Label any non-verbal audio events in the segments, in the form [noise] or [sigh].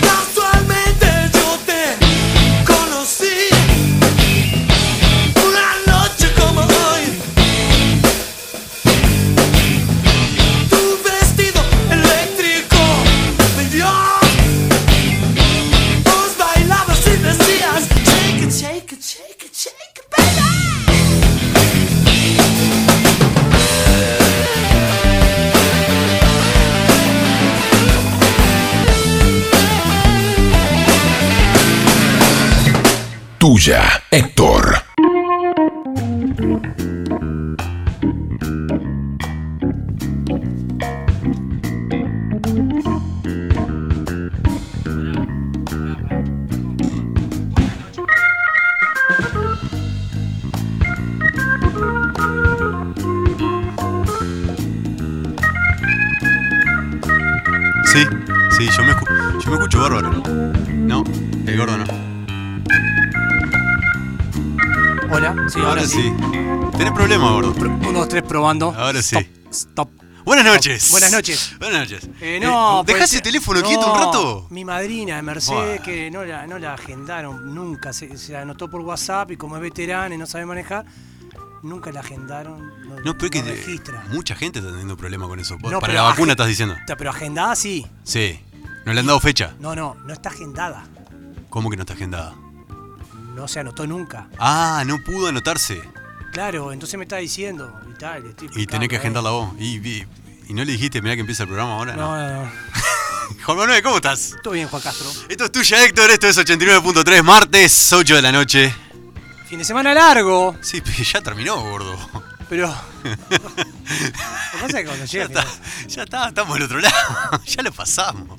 Casualmente yo te conocí una noche como hoy. Tu vestido eléctrico me dio. Vos bailabas y decías shake it, shake it, shake it, shake it, baby. Tuya, Héctor. Sí, sí, yo me, escu- yo me escucho bárbaro. No, el gordo no. Hola, sí, Ahora sí. ¿Tenés problema, gordo? Pro- Uno, dos, tres, probando. Ahora Stop, sí. Stop. Buenas noches. Buenas noches. Buenas noches. Eh, no, Eh, ¿Dejá pues, ese teléfono no, quieto un rato? Mi madrina de Mercedes, Buah. que no la, no la agendaron nunca, se, se anotó por WhatsApp y como es veterana y no sabe manejar, nunca la agendaron. No, No, pero es que te- registra. mucha gente está teniendo problemas con eso. No, Para pero la vacuna agen- estás diciendo. Ta- Pero agendada sí. Sí. No le han dado fecha. No, no, no está agendada. ¿Cómo que no está agendada? No se anotó nunca. Ah, no pudo anotarse. Claro, entonces me está diciendo y tal. le estoy Y tenés que explicando, agendarla vos. Y, y, y no le dijiste, mirá que empieza el programa ahora. ¿eh? No. No, no, no. Juan Manuel, ¿cómo estás? Todo bien, Juan Castro. Esto es tuya, Héctor. Esto es 89.3, martes, 8 de la noche. Fin de semana largo, Sí, [laughs] pero ya terminó, gordo. pero. Lo que pasa es que [laughs] cuando Ya llega. el fin de está, ya está, estamos del otro lado, [laughs] ya lo pasamos.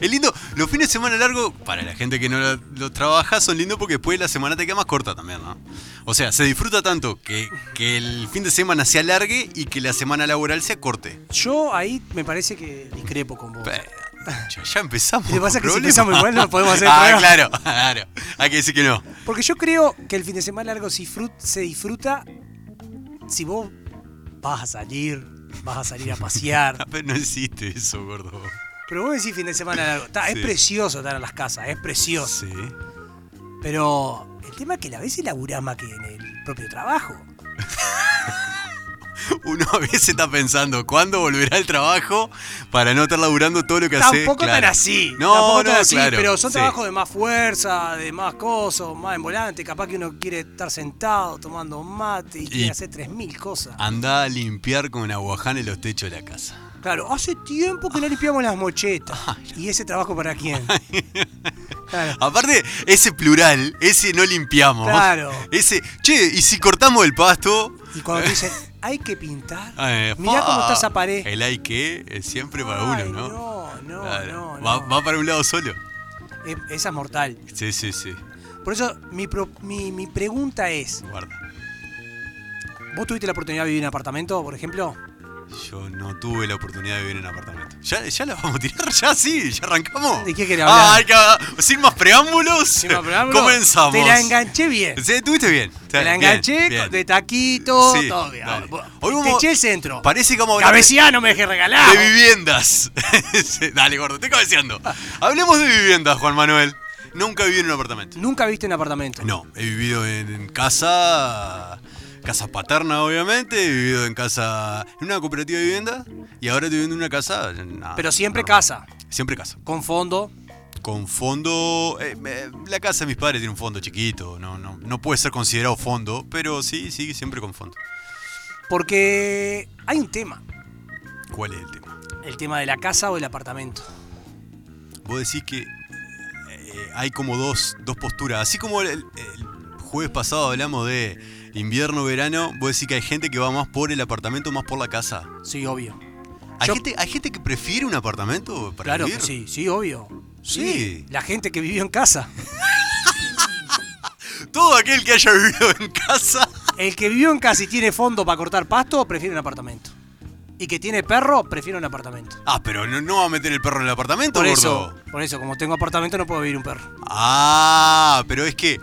Es lindo, los fines de semana largos, para la gente que no lo, lo trabaja, son lindos porque después la semana te queda más corta también, ¿no? O sea, se disfruta tanto que, que el fin de semana se alargue y que la semana laboral se acorte. Yo ahí me parece que discrepo con vos. Pe- Ya, ya empezamos. Lo que pasa es que si problema. empezamos igual no podemos hacer el [laughs] Ah, programa. claro, claro. Hay que decir que no. [laughs] Porque yo creo que el fin de semana largo se disfrut- se disfruta si vos vas a salir, vas a salir [laughs] a pasear. Pero no existe eso, gordo. Pero vos decís fin de semana largo. Está, Sí. Es precioso estar en las casas, es precioso. Sí. Pero el tema es que a veces laburás más que en el propio trabajo. Uno a veces está pensando cuándo volverá al trabajo para no estar laburando todo lo que hace. tampoco claro. tan así. No, tampoco tan no, así, claro, pero son sí. trabajos de más fuerza, de más cosas, más en volante. Capaz que uno quiere estar sentado tomando mate y, quiere hacer 3.000 cosas. Andá a limpiar con aguaján en los techos de la casa. Claro, hace tiempo que no limpiamos las mochetas. Ah, ¿Y ese trabajo [laughs] para quién? Claro. Aparte, ese plural, ese no limpiamos. Claro. Ese, che, ¿y si cortamos el pasto? Y cuando te dicen, hay [laughs] que pintar, Eh, mirá fa. cómo está esa pared. El hay que es siempre para uno, Ay, ¿no? No, no, Claro. no, Va, no. va para un lado solo. Eh, Esa es mortal. Sí, sí, sí. Por eso, mi, pro- mi, mi pregunta es, Guarda. ¿vos tuviste la oportunidad de vivir en apartamento, por ejemplo? Yo no tuve la oportunidad de vivir en apartamento. ¿Ya, ya la vamos a tirar? [laughs] ¿Ya sí? ¿Ya arrancamos? ¿De qué querés Ah, hablar? hay que- sin más preámbulos. Sin más preámbulo, Comenzamos. Te la enganché bien. Sí, estuviste bien. Te la Bien, enganché bien. de taquito, Sí, todo. dale. Hoy Hoy vamos- te eché el centro. Parece que vamos a hablar de- Cabecía, no me dejé regalar. de viviendas. [laughs] Sí, Dale, gordo, estoy cabeceando. Hablemos de viviendas, Juan Manuel. Nunca viví en un apartamento. Nunca viste en apartamento. No, he vivido en, en casa. Casa paterna, obviamente. He vivido en casa. En una cooperativa de vivienda. Y ahora estoy viviendo en una casa. nada, Pero siempre normal. casa, Siempre casa. con fondo. Con fondo. eh, eh, la casa de mis padres tiene un fondo chiquito. No, no, no puede ser considerado fondo. Pero sí, sí, siempre con fondo. Porque hay un tema. ¿Cuál es el tema? El tema de la casa o el apartamento. Vos decís que eh, hay como dos, dos posturas. Así como el, el jueves pasado hablamos de invierno, verano, vos decís que hay gente que va más por el apartamento, más por la casa. Sí, obvio. ¿Hay, Yo- gente, ¿hay gente que prefiere un apartamento para Claro, vivir? sí, sí, obvio. Sí. La gente que vivió en casa. [laughs] Todo aquel que haya vivido en casa El que vivió en casa y tiene fondo para cortar pasto, prefiere un apartamento. Y que tiene perro, prefiere un apartamento. Ah, pero no, no va a meter el perro en el apartamento, Por gordo. eso, por eso, como tengo apartamento no puedo vivir un perro. Ah, pero es que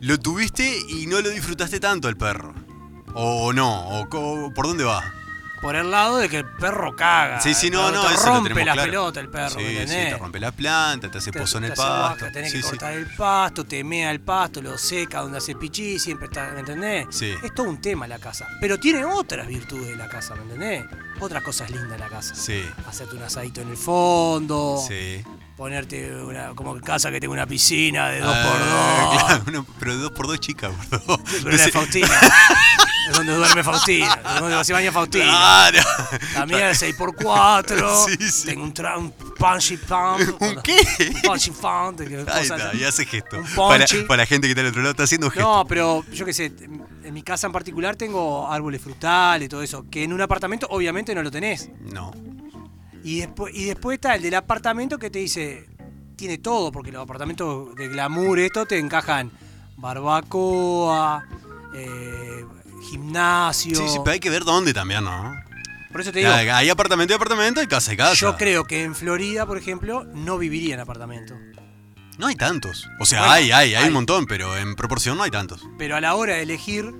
lo tuviste y no lo disfrutaste tanto al perro. O no, o co- por dónde va. Por el lado de que el perro caga. Sí, sí, no, te no, Ah, Te eso lo rompe tenemos la claro. pelota el perro, Sí, ¿me sí, entendés? te rompe la planta, te hace Te- pozo en te el hace vaca, pasto. tenés sí, que sí. cortar el pasto, te mea el pasto, lo seca donde hace pichí, siempre está, ¿me entendés? Sí. Es todo un tema la casa. Pero tiene otras virtudes la casa, ¿me entendés? Otras cosas lindas la casa. Sí, Hacerte un asadito en el fondo, sí. ponerte una, como en casa que tengo una piscina de 2x2. Ah, [laughs] claro, uno- pero de dos por dos chicas, gordo. [laughs] Pero No la de sé- Faustina. es donde duerme Faustina, es donde se baña Faustina. Claro. La mía es 6x4. [laughs] Sí, sí. Tengo un, tra- un punchy [laughs] pump. ¿Un qué? Un punchy pump. que Ahí cosas- está, y hace gesto. Un Para, ponchi. para la gente que está al otro lado, está haciendo gesto. No, pero yo qué sé, en mi casa en particular tengo árboles frutales y todo eso, que en un apartamento obviamente no lo tenés. No. Y después, y después está el del apartamento que te dice, tiene todo, porque los apartamentos de glamour, esto te encajan barbacoa, eh, gimnasio. Sí, sí, pero hay que ver dónde también, ¿no? Por eso te digo, Hay- hay apartamento y apartamento, hay casa y casa. yo creo que en Florida, por ejemplo, no viviría en apartamento. No hay tantos. O sea, Bueno, hay, hay, hay hay. un montón, pero en proporción no hay tantos. Pero a la hora de elegir,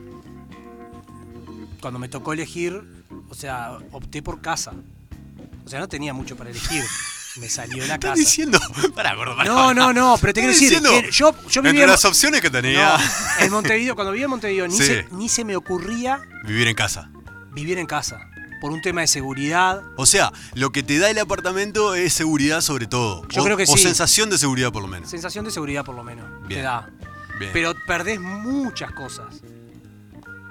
cuando me tocó elegir, o sea, opté por casa. O sea, no tenía mucho [laughs] para elegir. Me salió la Estás casa. diciendo. [laughs] Pará, gordo, pará. No, no, no, pero te quiero Estás decir, diciendo, que yo- yo vivía Entre en- las opciones que tenía, No, en Montevideo, cuando vivía en Montevideo, ni, Sí. se, ni se me ocurría vivir en casa. vivir en casa. Por un tema de seguridad. O sea, lo que te da el apartamento es seguridad sobre todo. Yo o, creo que o sí. sensación de seguridad por lo menos. Sensación de seguridad, por lo menos. Bien. Te da. Bien. Pero perdés muchas cosas.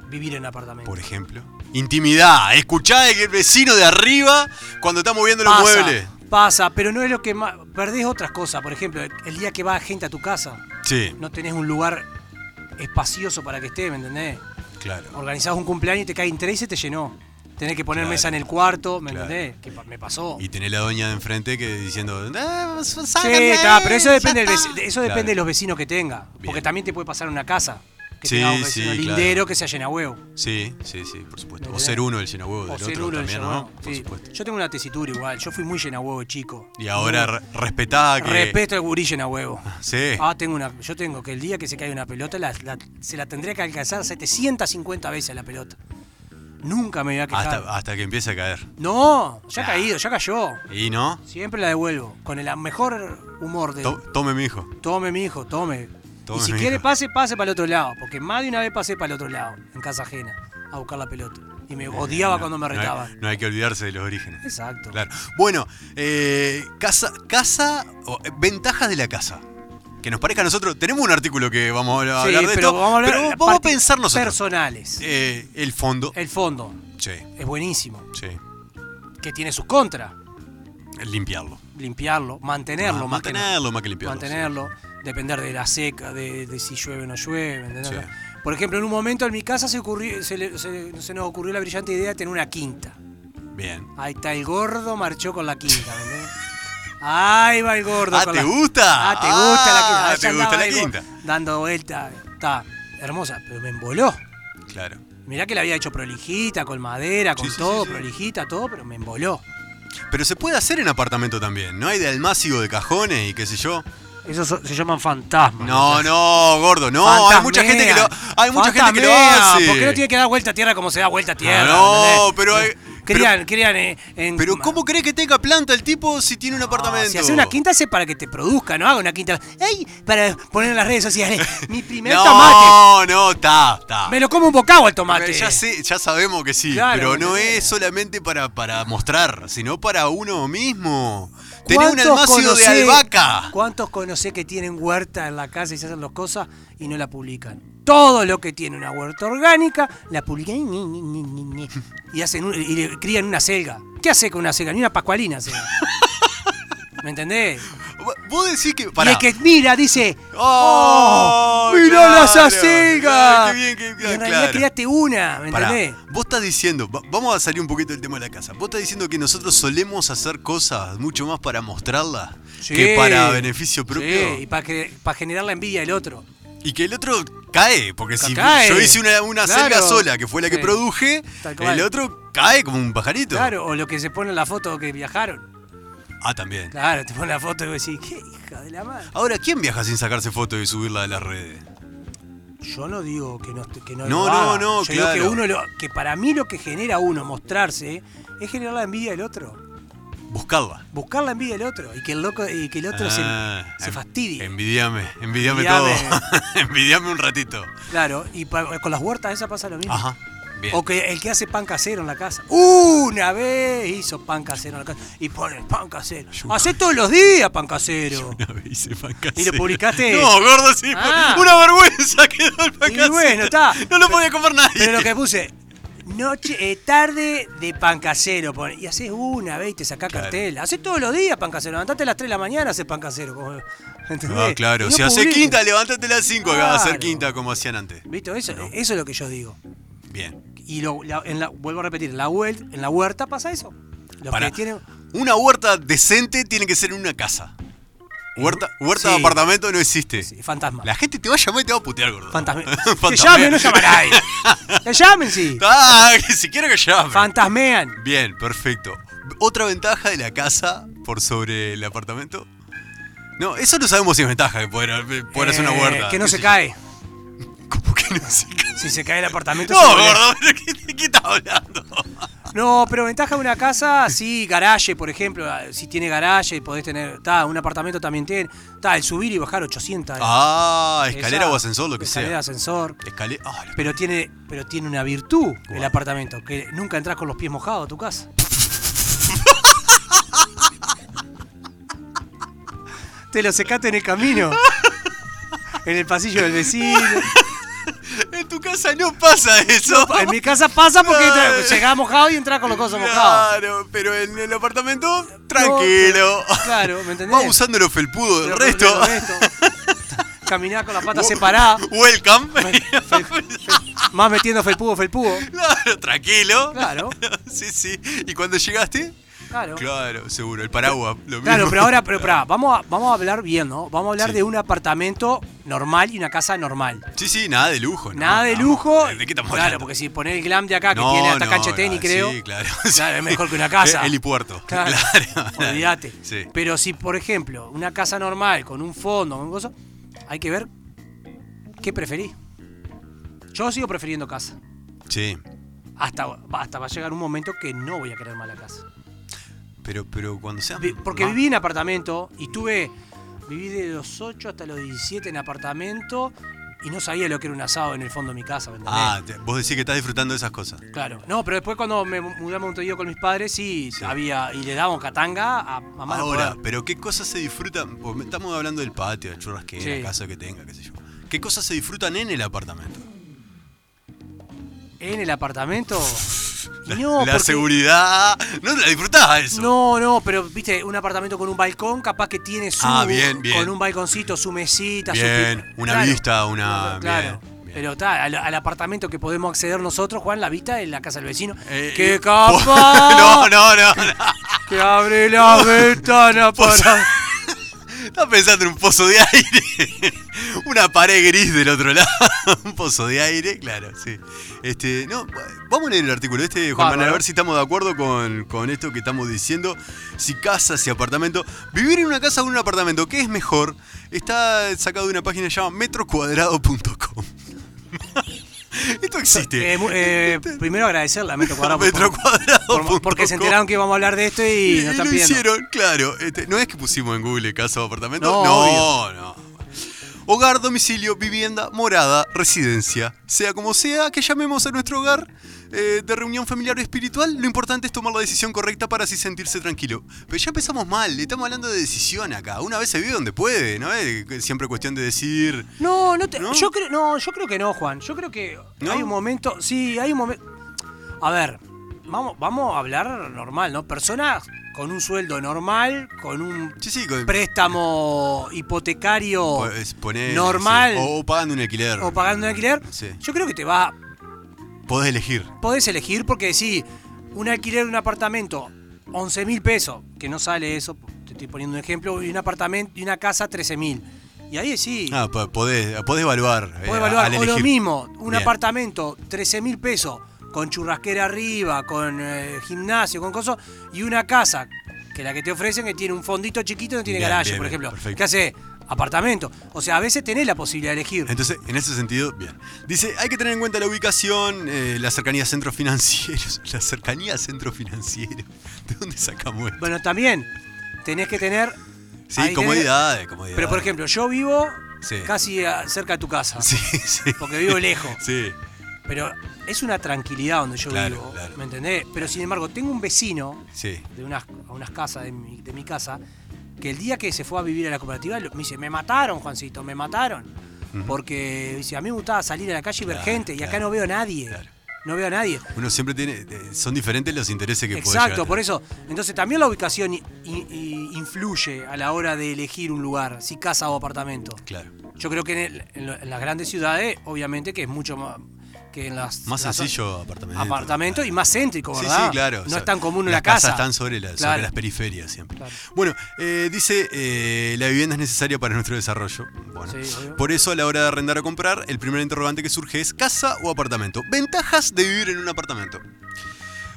Vivir en apartamento. Por ejemplo. Intimidad. Escuchá el vecino de arriba cuando está moviendo los muebles. pasa, pero no es lo que más. Perdés otras cosas. Por ejemplo, el- el día que va gente a tu casa, Sí, no tenés un lugar espacioso para que esté, ¿me entendés? claro. Organizás un cumpleaños y te caen tres y se te llenó. Tenés que poner Claro. mesa en el cuarto, ¿me Claro. entendés? Que pa- me pasó. Y tener la doña de enfrente que diciendo. "Ah, Sí, sáquenme, está, pero eso ya depende, del está". veci- eso depende Claro. de los vecinos que tenga. Porque Bien. también te puede pasar en una casa. Que Sí, tenga un vecino sí, lindero claro. que sea llena huevo. Sí, sí, sí, por supuesto. O ¿Entendés? ser uno el llena huevo del O otro ser uno el también, llenahuevo, ¿no? Por sí. supuesto. Yo tengo una tesitura igual. Yo fui muy llena huevo de chico. Y ahora re- respetá que. Respeto al gurí llena huevo. Sí. Ah, tengo una. Yo tengo que el día que se cae una pelota la- la- se la tendría que alcanzar 750 veces la pelota. Nunca me voy a quejar. hasta, hasta que empiece a caer. No, ya ha Nah. caído, ya cayó. ¿Y no? Siempre la devuelvo. Con el mejor humor de. To- tome, mi hijo. Tome, mi hijo, tome. Tome, y si mijo. quiere pase, pase para el otro lado. Porque más de una vez pasé para el otro lado, en casa ajena, a buscar la pelota. Y me odiaba cuando me retaban. Eh, No hay que olvidarse de los orígenes. Exacto. Claro. Bueno, eh, casa, casa, o, eh, ventajas de la casa. Que nos parezca a nosotros, tenemos un artículo que vamos a hablar Sí, de pero esto, vamos a hablar pero de vamos a parti- pensar nosotros. Personales. Eh, el fondo. El fondo Sí, es buenísimo. sí. Que tiene sus contras. Limpiarlo. Limpiarlo, mantenerlo. Ah, más que nada. mantenerlo más que limpiarlo. sí. Mantenerlo. Depender de la seca, de, de si llueve o no llueve. ¿entendés? Sí. Por ejemplo, en un momento en mi casa se, ocurrió, se, le- se- se nos ocurrió la brillante idea de tener una quinta. Bien. Ahí está el gordo, marchó con la quinta, ¿entendés? Ahí va el gordo. Ah, con ¿te la- gusta? Ah, te gusta la quinta. Ah, Ahí te andaba gusta la el gordo quinta. Dando vuelta. Está hermosa, pero me emboló. Claro. Mirá que la había hecho prolijita, con madera, con Sí, sí, todo, sí, sí. prolijita, todo, pero me emboló. Pero se puede hacer en apartamento también, ¿no? Hay de almácigo de cajones y qué sé yo. Esos son- se llaman fantasmas. No, no, gordo, no. Hay mucha gente que lo, hay mucha gente que lo hace. Porque no tiene que dar vuelta a tierra como se da vuelta a tierra. no, ¿entendés? pero hay- Crean, crean eh, en. Pero ¿cómo cree que tenga planta el tipo si tiene un apartamento? Si hace una quinta, hace para que te produzca, no haga una quinta. ¡Ey! Para poner en las redes sociales. Mi [laughs] primer no, tomate. no, está, está. Me lo como un bocado al tomate. Ya, sé- ya sabemos que sí, pero Claro, no ¿entendés? es solamente para, para mostrar, sino para uno mismo. Tener un ¿Cuántos almácigo de conocés- albahaca. ¿Cuántos conocés que tienen huerta en la casa y se hacen las cosas y no la publican? Todo lo que tiene una huerta orgánica, la publican y, ni, ni, ni, ni, ni. y hacen un- y le crían una selga. ¿Qué hace con una selga? Ni una pascualina hace. ¿Me entendés? Vos decís que. pará. Y el que mira dice, ¡Oh! ¡Oh! ¡Mirá claro, las acelgas! claro, qué bien, qué bien, y en realidad claro. creaste una, ¿me Pará, entendés? vos estás diciendo, va- vamos a salir un poquito del tema de la casa. Vos estás diciendo que nosotros solemos hacer cosas mucho más para mostrarlas Sí. que para beneficio propio. Sí, y para, que- para generar la envidia del otro. Y que el otro cae, porque si Cae. yo hice una, una Claro. selga sola, que fue la que Sí. produje, Tal cual. el otro cae como un pajarito. Claro, o lo que se pone en la foto que viajaron. Ah, también. Claro, te pone la foto y vos decís, qué hija de la madre. Ahora, ¿quién viaja sin sacarse fotos y subirla de las redes? Yo no digo que no que no, No, lo no, haga. no, Yo digo que claro. uno lo- que para mí lo que genera a uno mostrarse es generar la envidia del otro, Buscarla. buscar la envidia del otro y que el loco y que el otro se- Ah, se, en- fastidie. Envidiame, envidiame, Envidiame. todo. [laughs] envidiame un ratito. Claro, y pa- con las huertas esa pasa lo mismo. Ajá. Bien. [laughs] O que el que hace pan casero en la casa. Una vez hizo pan casero en la casa. Y pone pan casero. Yo- Hace todos los días pan casero. Una vez hice pan ¿Y casero. lo publicaste? No, gordo, sí. fue Ah. Una vergüenza [laughs] quedó el pan Y casero. bueno, está. No lo podía comer nadie. Pero [laughs] lo que puse, noche, eh, tarde de pan casero. pone. Y haces una vez y te sacás Claro. cartel. Haces todos los días pan casero. Levantate a las 3 de la mañana, haces pan casero. como- [laughs] ¿entendés? Ah, claro. Y no Si hace publiques. quinta, levántate a las 5 acá a hacer Claro. quinta como hacían antes. ¿Viste? Eso, eso es lo que yo digo. Bien. Y lo, la- en la- vuelvo a repetir, la huel- en la huerta pasa eso. Los Pará. que tienen. Una huerta decente tiene que ser en una casa. Huerta, huerta de Sí. apartamento no existe. sí, fantasma. [laughs] La gente te va a llamar y te va a putear, gordo. [laughs] Fantasme. Fantasmea. Que llamen, no llama nadie. Que llamen, sí. [laughs] Ah, que si quiero que llame. Fantasmean. Bien, perfecto. ¿Otra ventaja de la casa por sobre el apartamento? No, eso no sabemos si es ventaja que poder, poder hacer una Eh, huerta. Que no qué se sé cae. yo. ¿Cómo que no se cae? Si se cae el apartamento. No, se muere. gordo, ¿de qué, de qué estás hablando? No, pero ventaja de una casa, sí, garaje, por ejemplo. ah, Si tiene garaje, podés tener. Ta, un apartamento también tiene. Ta, el subir y bajar 800. Ah, esa- escalera o ascensor, lo que Escalera, sea. ascensor. Escalera. ah, la- Pero tiene, pero tiene una virtud el apartamento, que nunca entras con los pies mojados a [laughs] tu casa. Te lo secaste en [laughs] el camino. En el pasillo del vecino. En tu casa no pasa eso. En mi casa pasa porque te- llegás mojado y entras con los cosas mojados. Claro, pero en el apartamento, tranquilo. No, claro, ¿me entendés? Va usando lo felpudo del Pero- resto. pero resto. [laughs] [laughs] Caminás con las patas separadas. Welcome. [laughs] Más metiendo felpudo, felpudo. Claro, tranquilo. Claro. [laughs] Sí, sí. ¿Y cuando llegaste? Claro. Claro, seguro. El paraguas, lo mismo. Claro, pero ahora, pero pará, vamos a, vamos a hablar bien, ¿no? Vamos a hablar Sí. de un apartamento normal y una casa normal. [laughs] Sí, sí, nada de lujo. ¿no? Nada de Vamos, lujo. ¿De qué estamos Claro, hablando? porque si poner el glam de acá, que No, tiene hasta no, cancha de no, tenis, creo. Sí, claro. Claro, es mejor que una Eh, [laughs] casa. Helipuerto. [laughs] Claro, olvídate. [laughs] Sí. Pero si, por ejemplo, una casa normal con un fondo, con un coso, hay que ver qué preferís. Yo sigo prefiriendo casa. Sí. Hasta, hasta va a llegar un momento que no voy a querer más la casa. Pero, pero cuando sea. Vi- Porque más- viví en apartamento y tuve. Viví de los 8 hasta los 17 en apartamento y no sabía lo que era un asado en el fondo de mi casa, ¿me entendés? Ah, te- vos decís que estás disfrutando de esas cosas. Claro. No, pero después cuando me mu- mudé a Montevideo con mis padres, sí, Sí. había. Y le dábamos catanga a mamá de Ahora, poder. pero ¿qué cosas se disfrutan? Porque estamos hablando del patio, de churrasquera, Sí. casa que tenga, qué sé yo. ¿Qué cosas se disfrutan en el apartamento? En [laughs] el apartamento. La, no, la porque- seguridad. No la disfrutás a eso. No, no, pero viste, un apartamento con un balcón, capaz que tiene su. Ah, bien, bien. Con un balconcito, su mesita, su Bien, pi- una vista, una- Claro. bien, bien. Pero está, al, al apartamento que podemos acceder nosotros, Juan, la vista en la casa del vecino. Eh, [laughs] ¡Qué eh, capaz! [laughs] No, no, no. no. Que [laughs] abre la ventana Vos- para. [laughs] Estaba pensando en un pozo de aire. [laughs] Una pared gris del otro lado. [laughs] Un pozo de aire, claro, sí. Este, no, vamos a leer el artículo este, Juan Manuel, a Bárbaro. ver si estamos de acuerdo con, con esto que estamos diciendo. Si casa, si apartamento. Vivir en una casa o en un apartamento, ¿qué es mejor? Está sacado de una página llamada metrocuadrado.com. [laughs] Esto existe. Eh, mu- [laughs] eh, primero agradecerle a Metro Cuadrado. por- Metro Cuadrado por- punto porque se com. enteraron que íbamos a hablar de esto y, Y nos lo están pidiendo. hicieron, claro. Este, no es que pusimos en Google casa o apartamento. No, No, no. Hogar, domicilio, vivienda, morada, residencia. Sea como sea, que llamemos a nuestro hogar eh, de reunión familiar o espiritual, lo importante es tomar la decisión correcta para así sentirse tranquilo. Pero ya empezamos mal, estamos hablando de decisión acá. Una vez se vive donde puede, ¿no? Es siempre cuestión de decir. No, no, te- ¿No? Yo creo, no, yo creo que no, Juan. Yo creo que ¿No? hay un momento. Sí, hay un momento. A ver, vamos, vamos a hablar normal, ¿no? Personas con un sueldo normal, con un Sí, sí, con- préstamo hipotecario pues, poner, normal sí, o pagando un alquiler. o pagando un alquiler. Sí. Yo creo que te va Podés elegir. podés elegir porque si un alquiler de un apartamento, 11 mil pesos, que no sale eso, te estoy poniendo un ejemplo, y un apartamento y una casa, 13 mil. Y ahí sí. Ah, po- podés, podés evaluar. eh, Podés evaluar. al O lo elegir. mismo, un Bien. apartamento, 13 mil pesos, con churrasquera arriba, con eh, gimnasio, con cosas, y una casa, que la que te ofrecen, que tiene un fondito chiquito y no tiene Bien, garaje, bien, por bien, ejemplo. perfecto. ¿Qué hace? Apartamento. O sea, a veces tenés la posibilidad de elegir. Entonces, en ese sentido, bien. Dice, hay que tener en cuenta la ubicación, eh, la cercanía a centros financieros. [laughs] La cercanía a centros financieros. [laughs] ¿De dónde sacamos esto? Bueno, también tenés que tener. ahí Sí, tenés- comodidades, comodidades. Pero por ejemplo, yo vivo Eh, Sí. casi a- cerca de tu [laughs] casa. Sí, sí. Porque vivo lejos. [laughs] Sí. Pero es una tranquilidad donde yo Claro, vivo. claro. ¿Me entendés? Pero sin embargo, tengo un vecino Sí. de unas, a unas casas de mi, de mi casa, que el día que se fue a vivir a la cooperativa, lo- me dice, me mataron, Juancito, me mataron. Porque dice, a mí me gustaba salir a la calle y ver Claro, gente, y acá claro, no veo a nadie. claro. No veo a nadie. Uno siempre tiene. eh, Son diferentes los intereses que puede llegar a Exacto, tener. por eso. Entonces también la ubicación i- i- i- influye a la hora de elegir un lugar, si casa o apartamento. Claro. Yo creo que en, el- en lo- en las grandes ciudades, obviamente, que es mucho más que en las Más las- sencillo apartamento. apartamento y más céntrico, Sí, ¿verdad? sí, claro. No O sea, es tan común una las casa. casas están sobre, la- sobre Claro. las periferias siempre. Claro. Bueno, eh, dice, eh, la vivienda es necesaria para nuestro desarrollo. Bueno, Sí, obvio. por eso a la hora de arrendar o comprar, el primer interrogante que surge es casa o apartamento. Ventajas de vivir en un apartamento.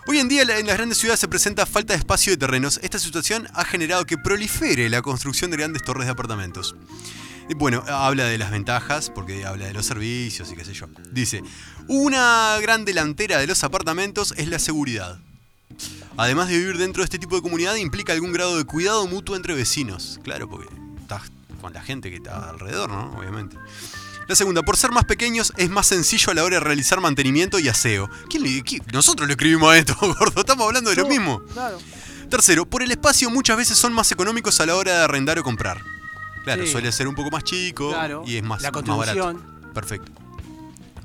Hoy en día la- en las grandes ciudades se presenta falta de espacio de terrenos. Esta situación ha generado que prolifere la construcción de grandes torres de apartamentos. Y Bueno, habla de las ventajas, porque habla de los servicios y qué sé yo. Dice, una gran delantera de los apartamentos es la seguridad. Además de vivir dentro de este tipo de comunidad implica algún grado de cuidado mutuo entre vecinos. Claro, porque estás con la gente que está alrededor, ¿no? Obviamente. La segunda, por ser más pequeños es más sencillo a la hora de realizar mantenimiento y aseo. ¿Quién le- qui- Nosotros le escribimos a esto, [laughs] gordo. Estamos hablando de lo mismo. Claro. Tercero, por el espacio muchas veces son más económicos a la hora de arrendar o comprar. Claro, Sí. suele ser un poco más chico Claro, y es más, la más barato. contribución. Perfecto.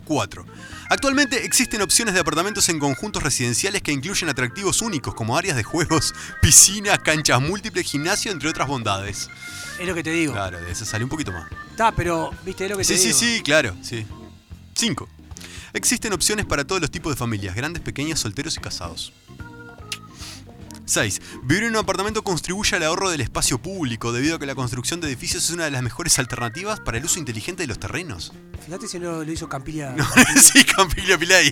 4. Actualmente existen opciones de apartamentos en conjuntos residenciales que incluyen atractivos únicos como áreas de juegos, [laughs] piscinas, canchas múltiples, gimnasio, entre otras bondades. Es lo que te digo. Claro, de eso sale un poquito más. Está, pero, viste, es lo que Sí, te sí, digo. sí, claro, sí. 5. Existen opciones para todos los tipos de familias, grandes, pequeñas, solteros y casados. 6. Vivir en un apartamento contribuye al ahorro del espacio público, debido a que la construcción de edificios es una de las mejores alternativas para el uso inteligente de los terrenos. [laughs] Fíjate si lo, lo hizo Campilla. sí, Campillo Pilay.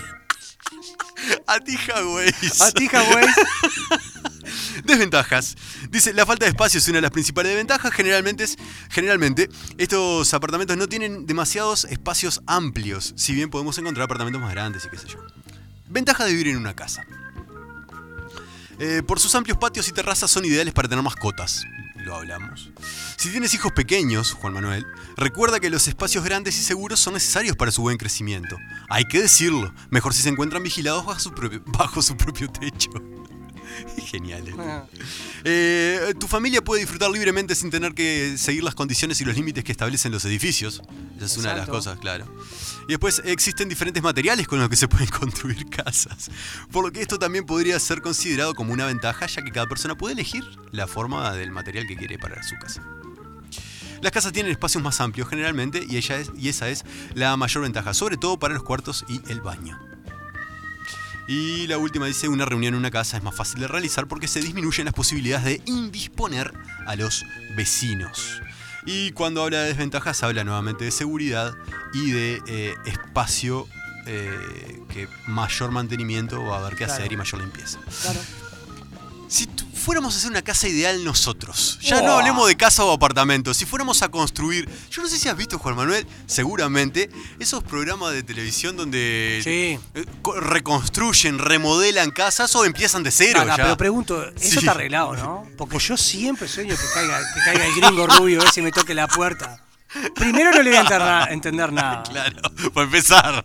[laughs] Atija, güey. Atija, Ah, [laughs] güey. Desventajas. Dice, la falta de espacio es una de las principales ventajas. Generalmente, es- generalmente, estos apartamentos no tienen demasiados espacios amplios, si bien podemos encontrar apartamentos más grandes y qué sé yo. Ventaja de vivir en una casa. Eh, por sus amplios patios y terrazas son ideales para tener mascotas. Lo hablamos. Si tienes hijos pequeños, Juan Manuel, recuerda que los espacios grandes y seguros son necesarios para su buen crecimiento. Hay que decirlo, mejor si se encuentran vigilados bajo su propio, [laughs] bajo su propio techo. [laughs] Genial. esto. Ah, Eh, tu familia puede disfrutar libremente sin tener que seguir las condiciones y los límites que establecen los edificios. Esa es una de las Exacto. cosas, claro. Y después existen diferentes materiales con los que se pueden [laughs] construir casas. Por lo que esto también podría ser considerado como una ventaja, ya que cada persona puede elegir la forma del material que quiere para su casa. Las casas tienen espacios más amplios generalmente y, ella es, y esa es la mayor ventaja, sobre todo para los cuartos y el baño. Y la última dice, una reunión en una casa es más fácil de realizar porque se disminuyen las posibilidades de indisponer a los vecinos. Y cuando habla de desventajas, habla nuevamente de seguridad y de eh, espacio eh, que mayor mantenimiento va a haber que Claro. hacer y mayor limpieza. Claro. Si tu- fuéramos a hacer una casa ideal nosotros, ya no Buah. hablemos de casa o apartamento, si fuéramos a construir, yo no sé si has visto, Juan Manuel, seguramente, esos programas de televisión donde Sí. eh, co- reconstruyen, remodelan casas o empiezan de cero. Pará, ya. pero pregunto, eso Sí. está arreglado, ¿no? Porque yo siempre sueño que caiga, que caiga el gringo rubio ese y me toque la puerta. Primero no le voy a enterra- entender nada. Claro, [laughs] para empezar.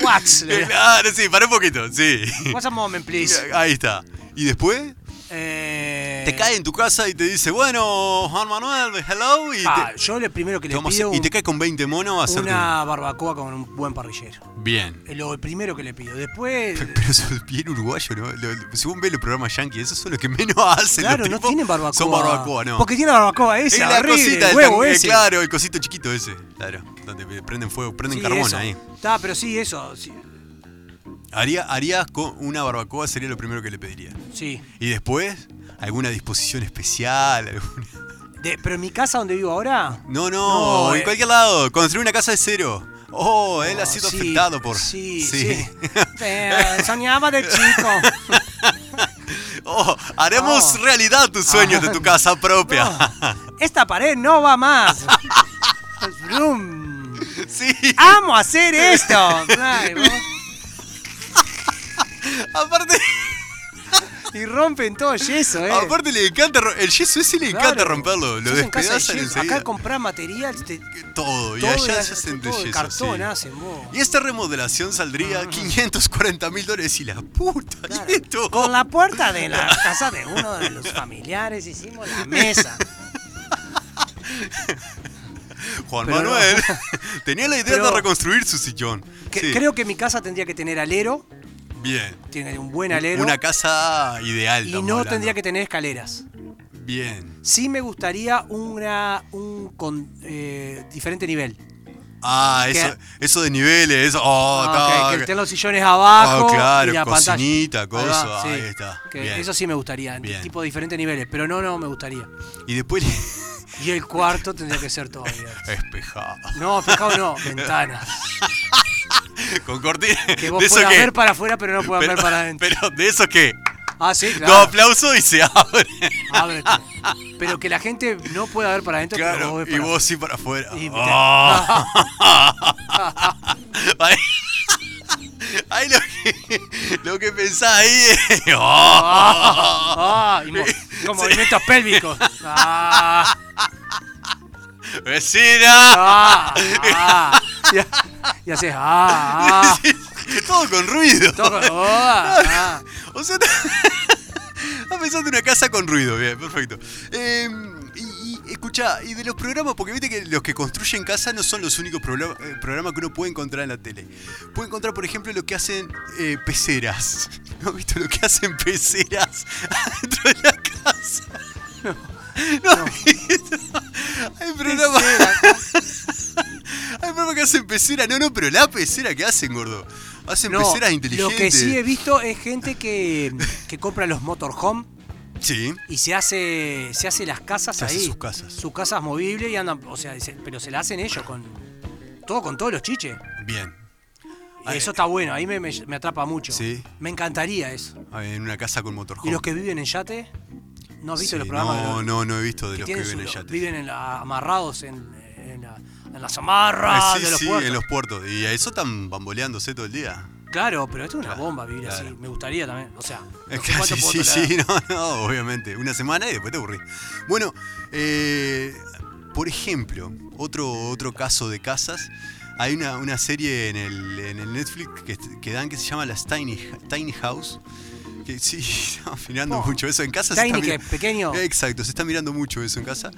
What? [laughs] claro, sí, para un poquito, sí. What's a moment, please? [laughs] Ahí está. ¿Y después? Eh, Te cae en tu casa y te dice, bueno, Juan Manuel, hello. Y, ah, te, yo lo primero que le Vamos a- pido y te cae con 20 monos a un- hacer una barbacoa con un buen parrillero. Bien. Es Lo primero que le pido. Después, [laughs] Pero eso es bien uruguayo, ¿no? Lo- lo- si vos ves los programas yankees, esos son los que menos [laughs] hacen. los claro, no tipos. tienen barbacoa. Son barbacoa, ¿no? Porque tiene la barbacoa es esa, la horrible, cosita, el del huevo tan- eh, ese. claro, el cosito chiquito ese, claro, donde prenden fuego, prenden carbón ahí. Está, pero sí, eso. Sí. Haría, harías con una barbacoa sería lo primero que le pediría. sí. Y después, alguna [laughs] disposición especial, alguna... De- pero en mi casa donde vivo ahora. No, no, No, en eh. cualquier lado. Construir una casa de cero. Oh, él ha Ah, sido sí, afectado por. Sí, sí. Eh, soñaba de chico. [laughs] Oh, haremos No. realidad tus sueños Ah. de tu casa propia. Esta pared no va más. Vroom. [laughs] Sí. ¡Amo hacer esto! Ay, vos. Aparte, Y rompen todo yeso, ¿eh? aparte le encanta. ro- El yeso ese le encanta Claro. romperlo. Lo Sos en casa de despedazan yeso. enseguida. Acá comprás material, te- todo, Todo, y y allá haces se hacen de todo de yeso, cartón sí. hacen vos. Y esta remodelación saldría 540 mil dólares y la puta. ¿y Claro. esto? Con la puerta de la casa de uno de los familiares hicimos la mesa. Juan Pero no. [laughs] Manuel tenía la idea de Pero- reconstruir su sillón. Que- Sí, Creo que mi casa tendría que tener alero, Bien. tiene un buen alero, Una casa ideal. y no estamos hablando. tendría que tener escaleras. Bien. Sí me gustaría una, un con, eh, diferente nivel. Ah, Que- eso, eso de niveles. Eso. Oh, Ah, está, que- que que- estén los sillones abajo. Ah, claro, y la cocinita, pantalla. cosa, Ahí va, ahí está, Que bien. Eso sí me gustaría, Bien. tipo diferentes niveles, pero no, no me gustaría. Y después le- [laughs] Y el cuarto tendría que ser todo abierto. espejado. No, fijado no, ventanas. Con cortina. Que vos ¿De eso puedas qué? ver para afuera, pero no puedas pero, ver para adentro. pero de eso qué? Ah, sí, Dos claro. aplausos y se abre. ábrete. Pero que la gente no pueda ver para adentro, pero Claro, vos ves y para vos sí para afuera. Y- Oh. ahí, [laughs] ahí lo que, lo que pensás ahí es. Oh. [laughs] Ah, y mo- con movimientos pélvicos. Ah, ¡Vecina! ah, ah. Y, ha- y haces ah, ah. Que [laughs] todo con ruido. [laughs] Todo con- oh, ah, ah. O sea, [laughs] estás pensando en una casa con ruido. Bien, perfecto. Eh, y, y escucha, y de los programas, porque viste que los que construyen casa no son los únicos programa- eh, programas que uno puede encontrar en la tele. Puede encontrar, por ejemplo, lo que hacen eh, peceras. [laughs] ¿No has visto lo que hacen peceras [laughs] dentro de la casa? No. has visto? [laughs] Hay programas. [laughs] Hay programas que hacen peceras. No, no, pero la pecera que hacen, gordo. Hacen No, peceras inteligentes. lo que sí he visto es gente que, que compra los motorhome Sí. y se hace se hace las casas Se hace ahí. sus casas. Sus casas movibles y andan, o sea, se- pero se la hacen ellos con todo con todos los chiches. Bien. Y eso está bueno, ahí me, me- me atrapa mucho. Sí. Me encantaría eso. En una casa con motorhome. ¿Y los que viven en yate? ¿No has visto Sí, los programas? No, de los- no, no he visto de que los que tienen viven su- en yate. viven en la- amarrados en, en la- en las Ah, amarras sí, de los sí, puertos. en los puertos. Y a eso están bamboleándose todo el día. Claro, pero esto es una Claro, bomba vivir así. claro. Me gustaría también. O sea, no sé Claro, cuánto sí, puedo sí, tolerar. sí, no, no, obviamente. Una semana y después te aburrís. Bueno, eh, por ejemplo, otro, otro caso de casas. Hay una, una serie en el, en el Netflix que, que dan que se llama las Tiny, Tiny House. Que [laughs] sí, estamos mirando Oh. mucho eso en casa. Tiny, mira- que es pequeño. Exacto, se está mirando mucho eso en casa.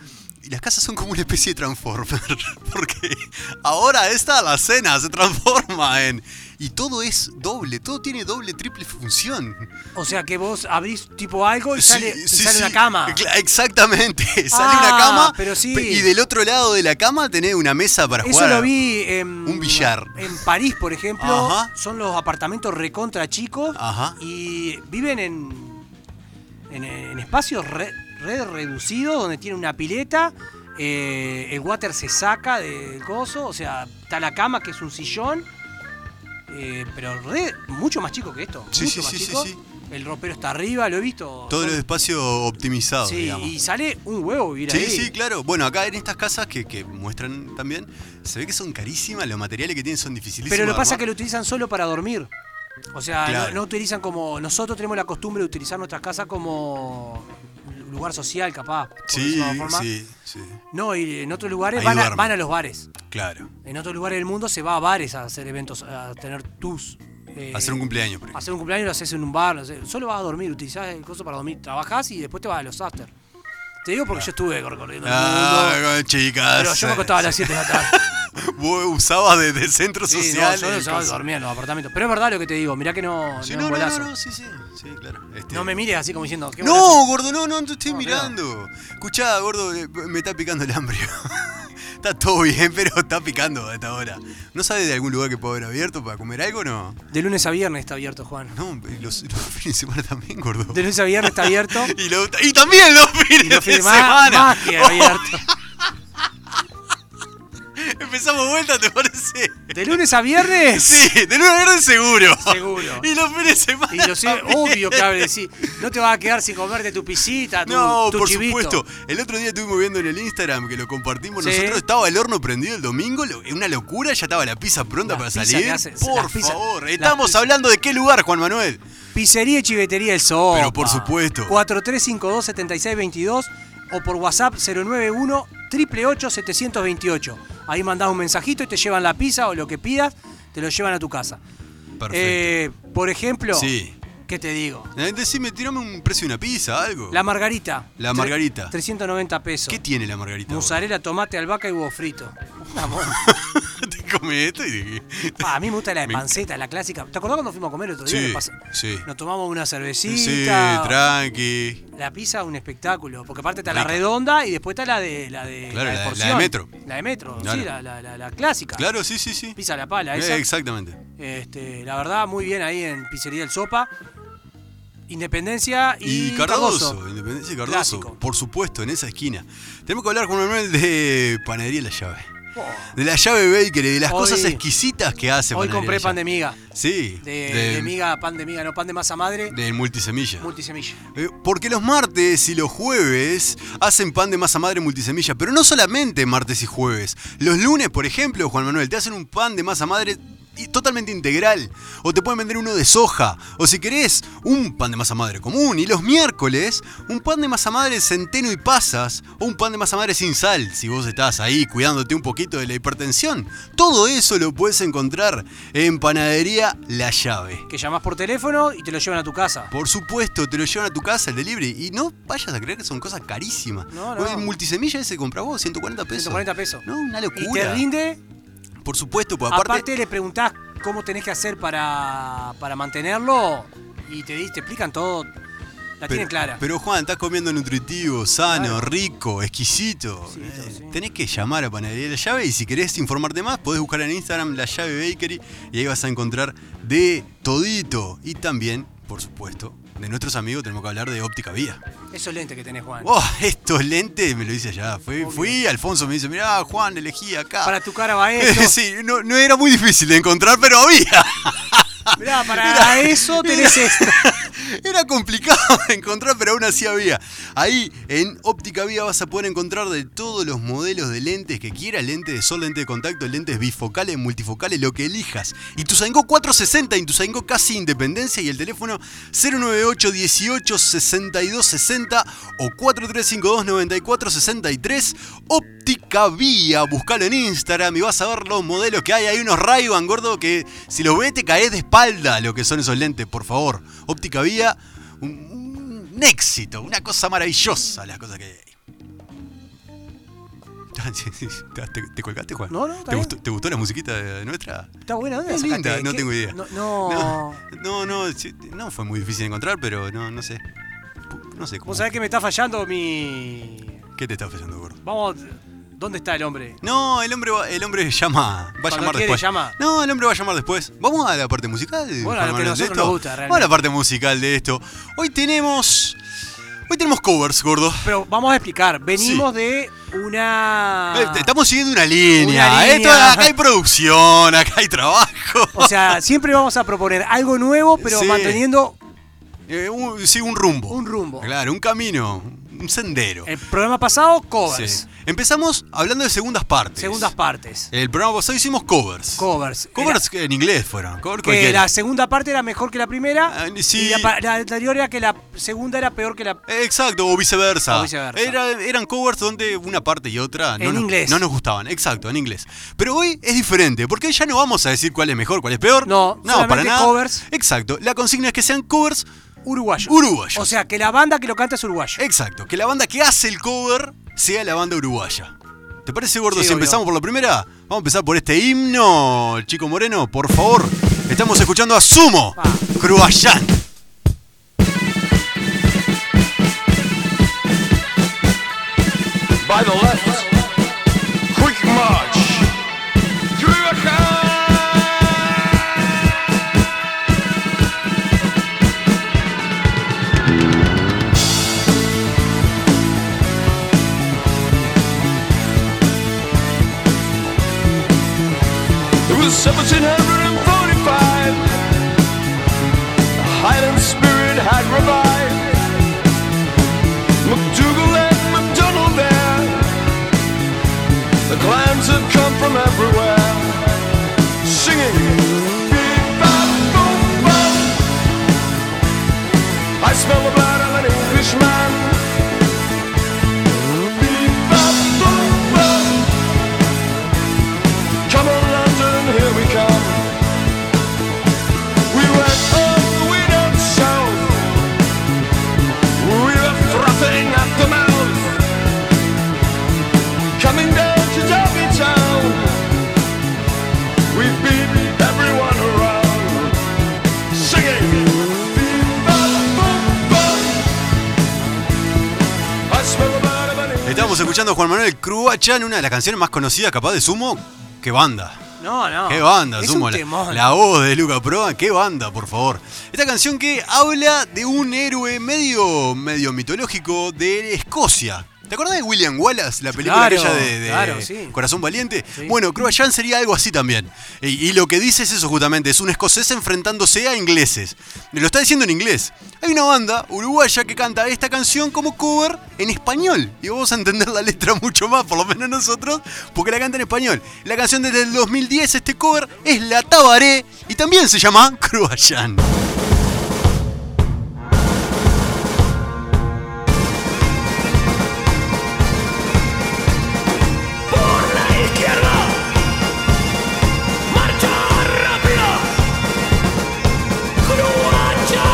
Y las casas son como una especie de transformer. [laughs] Porque ahora esta la cena se transforma en. Y todo es doble, todo tiene doble, triple función. O sea que vos abrís tipo algo y Sí, sale, y sí, sale sí. una cama. Cla- Exactamente. [laughs] Sale Ah, una cama. pero sí. pe- Y del otro lado de la cama tenés una mesa para Eso jugar. lo vi en, un billar. en París, por ejemplo. Ajá. Son los apartamentos recontra chicos Ajá. y viven en, en, en espacios re, re reducidos donde tienen una pileta. eh, el water se saca del gozo, o sea, está la cama que es un sillón, eh, pero re- mucho más chico que esto. Sí, mucho sí, más sí, sí, chico. sí. El ropero está arriba, lo he visto. Todo Son- el espacio optimizado, sí, digamos. y sale un huevo vivir Sí, ahí. sí, claro. Bueno, acá en estas casas que, que muestran también, se ve que son carísimas, los materiales que tienen son dificilísimos. Pero lo de pasa armar. que lo utilizan solo para dormir. O sea, no- Claro. no, utilizan como. Nosotros tenemos la costumbre de utilizar nuestras casas como un lugar social, capaz. por Sí, decirlo de alguna forma. sí, sí. No, y en otros lugares Ahí van a, duermen. van a los bares. Claro. En otros lugares del mundo se va a bares a hacer eventos, a tener tus. eh, Hacer un cumpleaños, por ejemplo. Hacer un cumpleaños lo haces en un bar. lo haces- solo vas a dormir, utilizás el coso para dormir. Trabajás y después te vas a los after. Te digo porque yo estuve recorriendo el mundo, Ah, chicas. Pero yo me acostaba a las 7 de la tarde. [laughs] Vos usabas de, de centro Sí, no, social. yo el yo coso. dormía en los apartamentos. Pero es verdad lo que te digo, mirá que no. Sí, no, no, no, es no, bolazo. no, sí, sí. Sí, claro. Este- No me mires así como diciendo. "Qué bolazo". No, gordo, no, no te estoy No, mirando. Escuchá, gordo, eh, me está picando el hambre. [laughs] Está todo bien, pero está picando a esta hora. ¿No sabe de algún lugar que pueda haber abierto para comer algo no? De lunes a viernes está abierto, Juan. No, eh, los, los [laughs] fines de semana también, gordo. De lunes a viernes está abierto. Y, lo- y también los fines, [laughs] Y lo de firma más, semana. Oh, más [laughs] que abierto. Empezamos vuelta, ¿te parece? De lunes a viernes. Sí, de lunes a viernes seguro. Seguro. Y los fines de semana. Y lo sé, también. obvio que abre, sí. No te vas a quedar sin comerte tu pisita, tu, No, tu por chivito. supuesto. El otro día estuvimos viendo en el Instagram que lo compartimos Sí. nosotros. Estaba el horno prendido el domingo, lo- una locura, ya estaba la pizza pronta Las para pizzas salir. que hacen- por las pizzas- favor, las estamos pizzas. hablando de qué lugar, Juan Manuel. Pizzería y Chivetería El Sol. Pero por supuesto. 4352-7622 o por WhatsApp 091 888 728 Ahí mandás un mensajito y te llevan la pizza o lo que pidas, te lo llevan a tu casa. Perfecto. Eh, por ejemplo, Sí. ¿qué te digo? Eh, Decime, tirame un precio de una pizza, algo. La margarita. La Tre- margarita. 390 pesos. ¿Qué tiene la margarita? vos? Mozzarella, tomate, albahaca y huevo frito. Vamos. [laughs] Te comí esto y dije. Ah, a mí me gusta la de Me panceta, la clásica. ¿Te acordás cuando fuimos a comer el otro día? Sí, Me pasé- sí. Nos tomamos una cervecita. Sí, tranqui. La pizza es un espectáculo, porque aparte está la Rica. redonda y después está la de la de, Claro, la de la- la de porción. metro. La de metro, Claro. sí, la, la- la- la clásica. Claro, sí, sí, sí. Pizza a la pala, Eh, esa. exactamente. Este, la verdad, muy bien ahí en Pizzería del Sopa. Independencia y, Y, Cardoso, Cardoso. Independencia y Cardoso, Clásico. por supuesto, en esa esquina. Tenemos que hablar con Manuel de Panadería La Llave. Oh, De la llave Baker y de las Hoy- cosas exquisitas que hace. Hoy Panadería compré La pan Llave. de miga. Sí, De, de miga, pan de miga, no, pan de masa madre, del multisemilla. multisemilla. Eh, Porque los martes y los jueves hacen pan de masa madre multisemilla, pero no solamente martes y jueves. Los lunes, por ejemplo, Juan Manuel, te hacen un pan de masa madre y- totalmente integral. O te pueden vender uno de soja. O si querés, un pan de masa madre común. Y los miércoles, un pan de masa madre centeno y pasas. O un pan de masa madre sin sal, si vos estás ahí cuidándote un poquito de la hipertensión. Todo eso lo puedes encontrar en Panadería La Llave. Que llamás por teléfono y te lo llevan a tu casa. Por supuesto, te lo llevan a tu casa el delivery y no vayas a creer que son cosas carísimas. No, no. El multisemilla ese compra vos, 140 pesos. 140 pesos. No, una locura. Y te rinde Por supuesto, pues Aparte, aparte, le preguntás cómo tenés que hacer para, para mantenerlo y te, di- te explican todo. La tienen clara. Pero Juan, estás comiendo nutritivo, sano, Claro. rico, exquisito. Exquisito, Eh, sí. Tenés que llamar a Panadería La Llave y si querés informarte más, podés buscar en Instagram La Llave Bakery y ahí vas a encontrar de todito. Y también, por supuesto, de nuestros amigos tenemos que hablar de Óptica Vía. Esos lentes que tenés, Juan. Oh, estos lentes, me lo dice allá. Fui, fui, Alfonso me dice, mirá, Juan, elegí acá. [laughs] Para tu cara va esto. sí, no, no era muy difícil de encontrar, pero había. [laughs] Mirá, para Mirá, eso tenés mirá. esto. Era complicado de encontrar, pero aún así había. Ahí en Óptica Vía vas a poder encontrar de todos los modelos de lentes que quieras: lente de sol, lente de contacto, lentes bifocales, multifocales, lo que elijas. Y tu 460, y tu casi independencia, y el teléfono 098 18 62 60 o 4352 94 63. Óptica Vía, buscalo en Instagram y vas a ver los modelos que hay. Hay unos ray gordo, que si los ves te caes de espalda lo que son esos lentes, por favor. Óptica Vía, un, un éxito, una cosa maravillosa las cosas que hay [laughs] ahí. Ah, sí, sí, ¿Te, te colgaste, Juan? No, no, está ¿Te bien. gustó, te gustó la musiquita de- nuestra? Está buena, ¿dónde Es la sacaste? linda, no ¿Qué? tengo idea. No, no. No, no, sí, no fue muy difícil de encontrar, pero no, no sé. No sé cómo. Vos sabés que me está fallando mi. ¿Qué te está ofreciendo, gordo? Vamos. ¿Dónde está el hombre? No, el hombre, va- el hombre llama. Va a Cuando llamar quiere, después. llama. No, el hombre va a llamar después. Vamos a la parte musical. Bueno, a Juan lo que Manuel, de nosotros esto. nos gusta, Vamos a la realmente. parte musical de esto. Hoy tenemos. Hoy tenemos covers, gordo. Pero vamos a explicar. Venimos de una. Eh, Estamos siguiendo una línea. Ah. Una Esto- línea. acá hay producción, acá hay [laughs] trabajo. O sea, siempre vamos a proponer algo nuevo, pero Sí. manteniendo Eh, un- sí, un rumbo. Un rumbo. Claro, un camino, un sendero. el programa pasado, covers. Sí. Empezamos hablando de segundas partes. Segundas partes. El programa pasado hicimos covers. Covers. Covers que en inglés fueron. Cover que cualquiera. la segunda parte era mejor que la primera Ah, sí. y la, pa- la anterior era que la segunda era peor que la Exacto, o viceversa. O viceversa. Era- eran covers donde una parte y otra no, En nos- inglés. no nos gustaban. Exacto, en inglés. Pero hoy es diferente, porque ya no vamos a decir cuál es mejor, cuál es peor. No, solamente para nada. covers. Exacto. La consigna es que sean covers. uruguayo. Uruguayos. O sea, que la banda que lo canta es uruguayo. Exacto, que la banda que hace el cover sea la banda uruguaya. ¿Te parece, gordo, Sí, si obvio. empezamos por la primera? Vamos a empezar por este himno, Chico Moreno, por favor. Estamos escuchando a Sumo, Pa. Cruayán. by the left. Quick was 1745. The Highland spirit had revived. McDougal and MacDonald there. The clams had come from everywhere. Singing. "Beep-bop-boom-bop." I smell the blood of an Englishman. Beep-bop-boom-bop. Come on, London, here we come. We went all the way down south. We were frothing at the mouth. Coming down to Derby Town. We beat everyone around. Singing. "Beep-bop-boom-bop." I smell the blood of an Estábamos escuchando a Juan Manuel Cruachan, una de las canciones más conocidas capaz de Sumo. ¡Qué banda! No, no. ¡Qué banda, Es Sumo! un la- temón. La, voz de Luca Proa, ¡qué banda, por favor! Esta canción que habla de un héroe medio, medio mitológico de Escocia. ¿Te acordás de William Wallace, la película Claro, aquella de, de claro, sí. Corazón Valiente? Bueno, Cruachan sería algo así también. Y, y lo que dice es eso justamente, es un escocés enfrentándose a ingleses. Lo está diciendo en inglés. Hay una banda uruguaya que canta esta canción como cover en español. Y vamos a entender la letra mucho más, por lo menos nosotros, porque la canta en español. La canción desde el 2010, este cover, es La Tabaré y también se llama Cruachan. Por la izquierda, marcha rápida, Cruacha.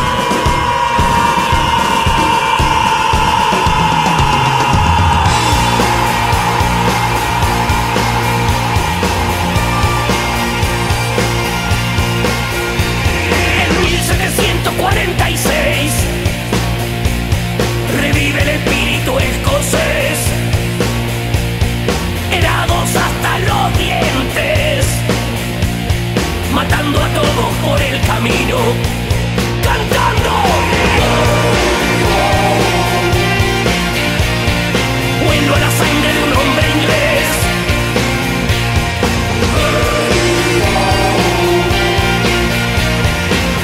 En 1746 revive el espíritu escocés. Herados hasta los dientes, matando a todos por el camino, cantando. Vuelo a la sangre de un hombre inglés.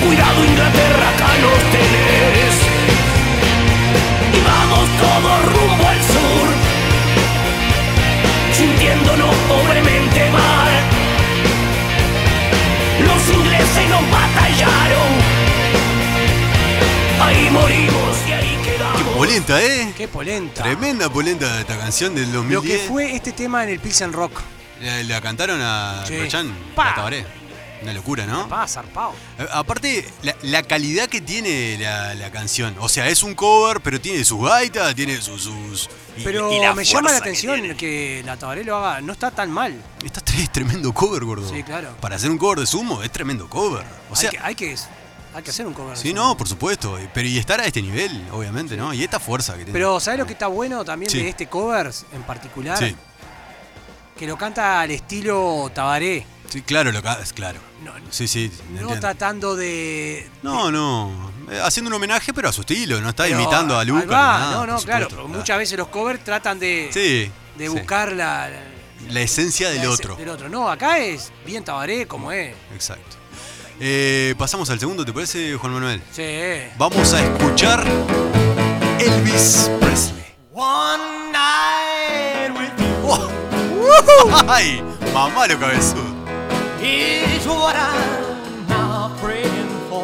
Cuidado Inglaterra, acá los tenés. Y vamos todos rumbo al sur, sintiéndonos pobremente mal. Los ingleses nos batallaron, ahí morimos y ahí quedamos. Polenta, ¿eh? Qué polenta. Tremenda polenta esta canción del 2010. Lo que fue este tema en el Pilsen Rock. La, la cantaron a Sí. Cruachan, Pa. La Tabaré. Una locura, ¿no? Pa, zarpado. Eh, Aparte, la, la calidad que tiene la, la canción. O sea, es un cover, pero tiene sus gaitas, tiene sus. sus- y- Pero y la me llama la fuerza que atención tiene. que, la Tabaré lo haga. No está tan mal. Esta es tremendo cover, gordo. Sí, claro. Para hacer un cover de sumo, es tremendo cover. O sea, hay, que, hay, que, hay que hacer un cover. de sí, eso. no, por supuesto. eh, Pero y estar a este nivel, obviamente, ¿no? Y esta fuerza que tiene. Pero ¿sabes lo que está bueno también Sí. de este cover en particular? Sí, Que lo canta al estilo Tabaré. sí, claro, lo ca- es claro. No, no Sí, sí, entiendo. tratando de... No, no. eh, Haciendo un homenaje, pero a su estilo. No está pero- imitando a ahí Luca. ni va, nada, no, no, por claro. supuesto, Muchas veces los covers tratan de, Sí. de sí. buscar la... la- La esencia del la- otro. Del otro. No, acá es bien Tabaré como es. Exacto. Eh, pasamos al segundo, ¿te parece, Juan Manuel? Sí. Vamos a escuchar Elvis Presley. One night with you ¡Oh! ¡Ay! Mamá lo cabezudo. is what I'm now praying for.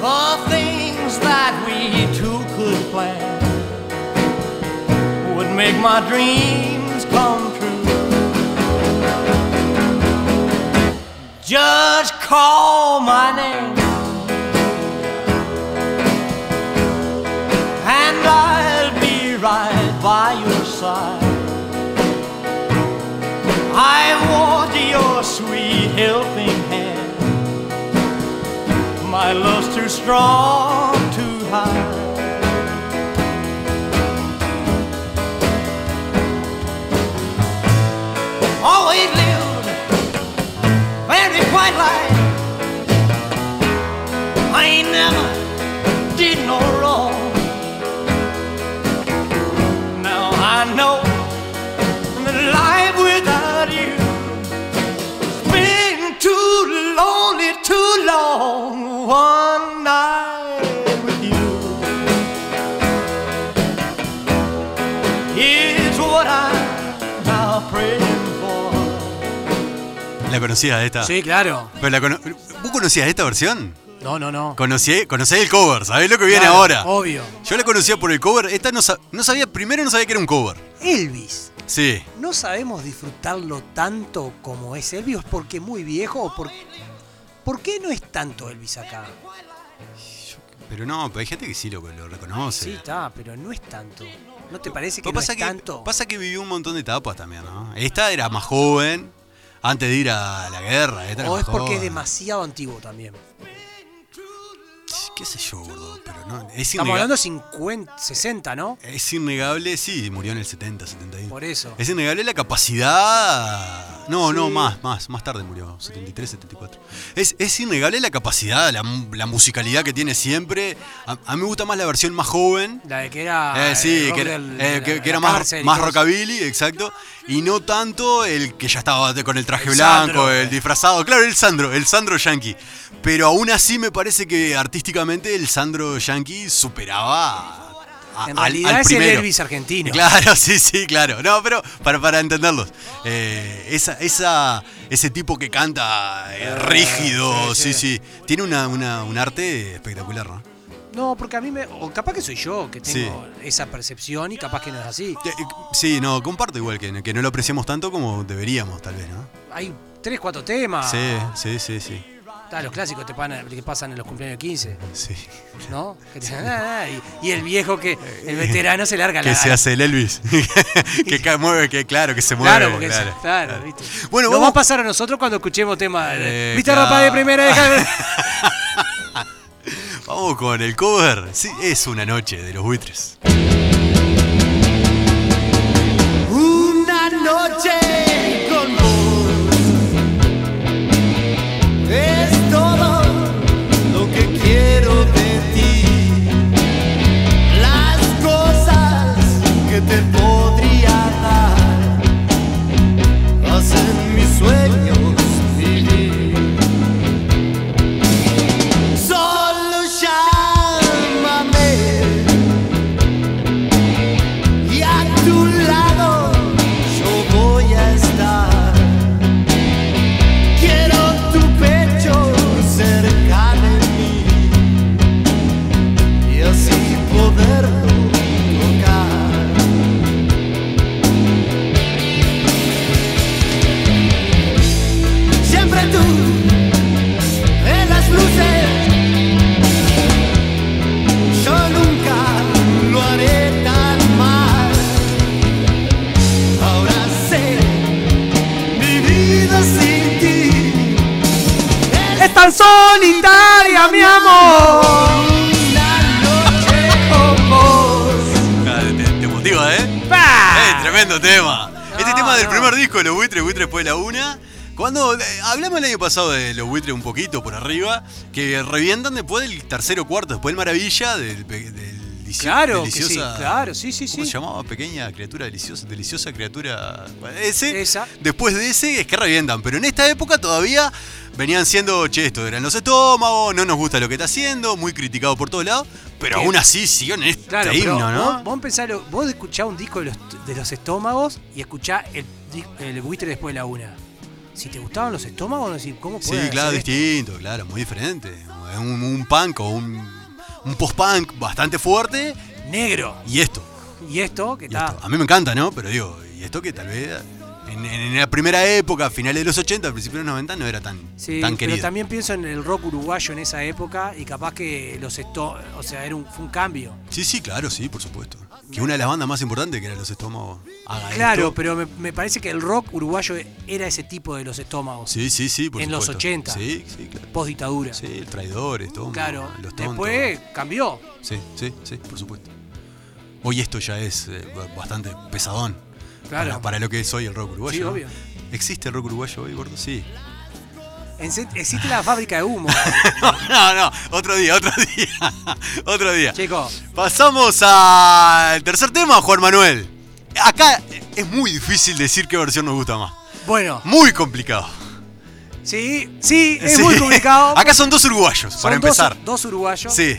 The things that we two could plan would make my dreams come true. Just call my name. And I'll be right by your side. I want your sweet helping hand. My love's too strong to hide. Always lived very quiet life. I ain't never did no wrong. Now I know the life without you ¿La conocías esta? Sí, claro. Pero la cono- ¿Vos conocías esta versión? No, no, no. Conocí, conocés el cover, ¿sabés lo que viene Claro, ahora? Oh. Obvio. Yo la conocía por el cover, esta no, sa- no sabía, primero no sabía que era un cover. Elvis. Sí. No sabemos disfrutarlo tanto como es Elvis ¿o es porque es muy viejo o por... ¿Por qué no es tanto Elvis acá? Pero no, pero hay gente que sí lo, lo reconoce. Sí, está, pero no es tanto. ¿No te parece que Pero no pasa, es que, tanto? pasa que vivió un montón de etapas también, ¿no? Esta era más joven, antes de ir a la guerra. Esta era o más es porque es joven. demasiado antiguo también. ¿Qué sé yo, gordo? Pero no, es, Estamos innega- hablando 50, 60, ¿no? es innegable, sí, murió en el 70, 71. Por eso. Es innegable la capacidad. No, no, más, más, más tarde murió, 73, 74. Es, es innegable la capacidad, la, mu- la musicalidad que tiene siempre. A, a mí me gusta más la versión más joven. La de que era. Eh, sí, Ah, el que rock era, del- eh, de la- que- de que la era más, cárcel y más todo eso. rockabilly, exacto. Y no tanto el que ya estaba de- con el traje El blanco, Sandro, eh. el disfrazado. Claro, el Sandro, el Sandro Yankee. Pero aún así me parece que artísticamente el Sandro Yankee superaba a- En al- al realidad es el primero. Elvis argentino. Claro, [laughs] sí, sí, claro. No, pero para, para entenderlos. eh, esa, esa, ese tipo que canta eh, rígido, sí, sí. Tiene una, una- un arte espectacular, ¿no? No, porque a mí me. O capaz que soy yo que Sí. tengo esa percepción y capaz que no es así. Eh, eh, Sí, no, comparto igual que, que no lo apreciamos tanto como deberíamos, tal vez, ¿no? Hay tres, cuatro temas. Sí, sí, sí, sí. Está, los clásicos te pan- que pasan en los cumpleaños de 15, sí. ¿no? Que te- ah, ah, y, y el viejo que. El veterano se larga Que la. se hace el Elvis. [laughs] que ca- mueve, que claro, que se mueve. Claro, porque claro, claro, viste. Bueno, Nos vamos- va a pasar a nosotros cuando escuchemos temas. Eh, ¿Viste claro. ropa de [laughs] primera? Deja- Vamos con el cover. Sí, es una noche de los buitres. Una noche con vos es todo lo que quiero de ti. Las cosas que te podría dar hacen mis sueños vivir. Solo llámame y a tu lado yo voy a estar. Quiero tu pecho cerca de mí y así poderlo tocar. Siempre tú en las luces. Yo nunca lo haré tan mal. Ahora sé mi vida sin ti. Es tan solitaria, mi amor. Una noche con vos. Ah, Te, te motiva, ¿eh? ¡Eh, tremendo tema! este tema del primer disco de Los Buitres, Buitres fue la una. Cuando eh, hablamos el año pasado de Los Buitres un poquito por arriba, que revientan después del tercero cuarto, después del Maravilla, del, pe- del delici- Claro que sí, deliciosa- claro, sí, sí, ¿Cómo sí. se llamaba? Pequeña criatura deliciosa, deliciosa criatura. bueno, Ese. Esa. Después de ese es que revientan, pero en esta época todavía venían siendo, che, esto eran los estómagos, no nos gusta lo que está haciendo, muy criticado por todos lados, pero Que- aún así siguieron este Claro, pero himno, ¿no? vos, vos pensá lo- vos escuchás un disco de los, de los estómagos y escuchá el, di- el buitre después de la una. Si te gustaban los estómagos, decís, ¿cómo Sí, pueden claro, hacer esto? distinto, claro, muy diferente. Es un, un punk o un, un post-punk bastante fuerte. Negro. Y esto, Y esto, que y está. esto. A mí me encanta, ¿no? Pero digo, y esto que tal vez en, en la primera época, a finales de los 80, principios de los 90, no era tan, Sí, tan pero querido. también pienso en el rock uruguayo en esa época y capaz que los esto, o sea, era un, fue un cambio. Sí, sí, claro, sí, por supuesto. Que una de las bandas más importantes que era Los Estómagos. haga Claro, esto. pero me, me parece que el rock uruguayo era ese tipo de los estómagos, Sí, sí, sí, por en los supuesto. 80. Sí, sí, claro. post dictadura. Sí, el traidor, estómago, claro, los tontos. después cambió. Sí, sí, sí, por supuesto. Hoy esto ya es eh, ba- bastante pesadón. Claro. Para, para lo que es hoy el rock uruguayo. Sí, ¿no? obvio. ¿Existe el rock uruguayo hoy, gordo? Sí. [laughs] En se- existe la fábrica de humo, No, no, no. Otro día, otro [laughs] día. otro día. chicos. Pasamos al tercer tema, Juan Manuel. Acá es muy difícil decir qué versión nos gusta más. Bueno, Muy complicado. sí, sí, es Sí. muy complicado. [laughs] Acá son dos uruguayos, Son para dos- empezar. Dos, uruguayos. Sí.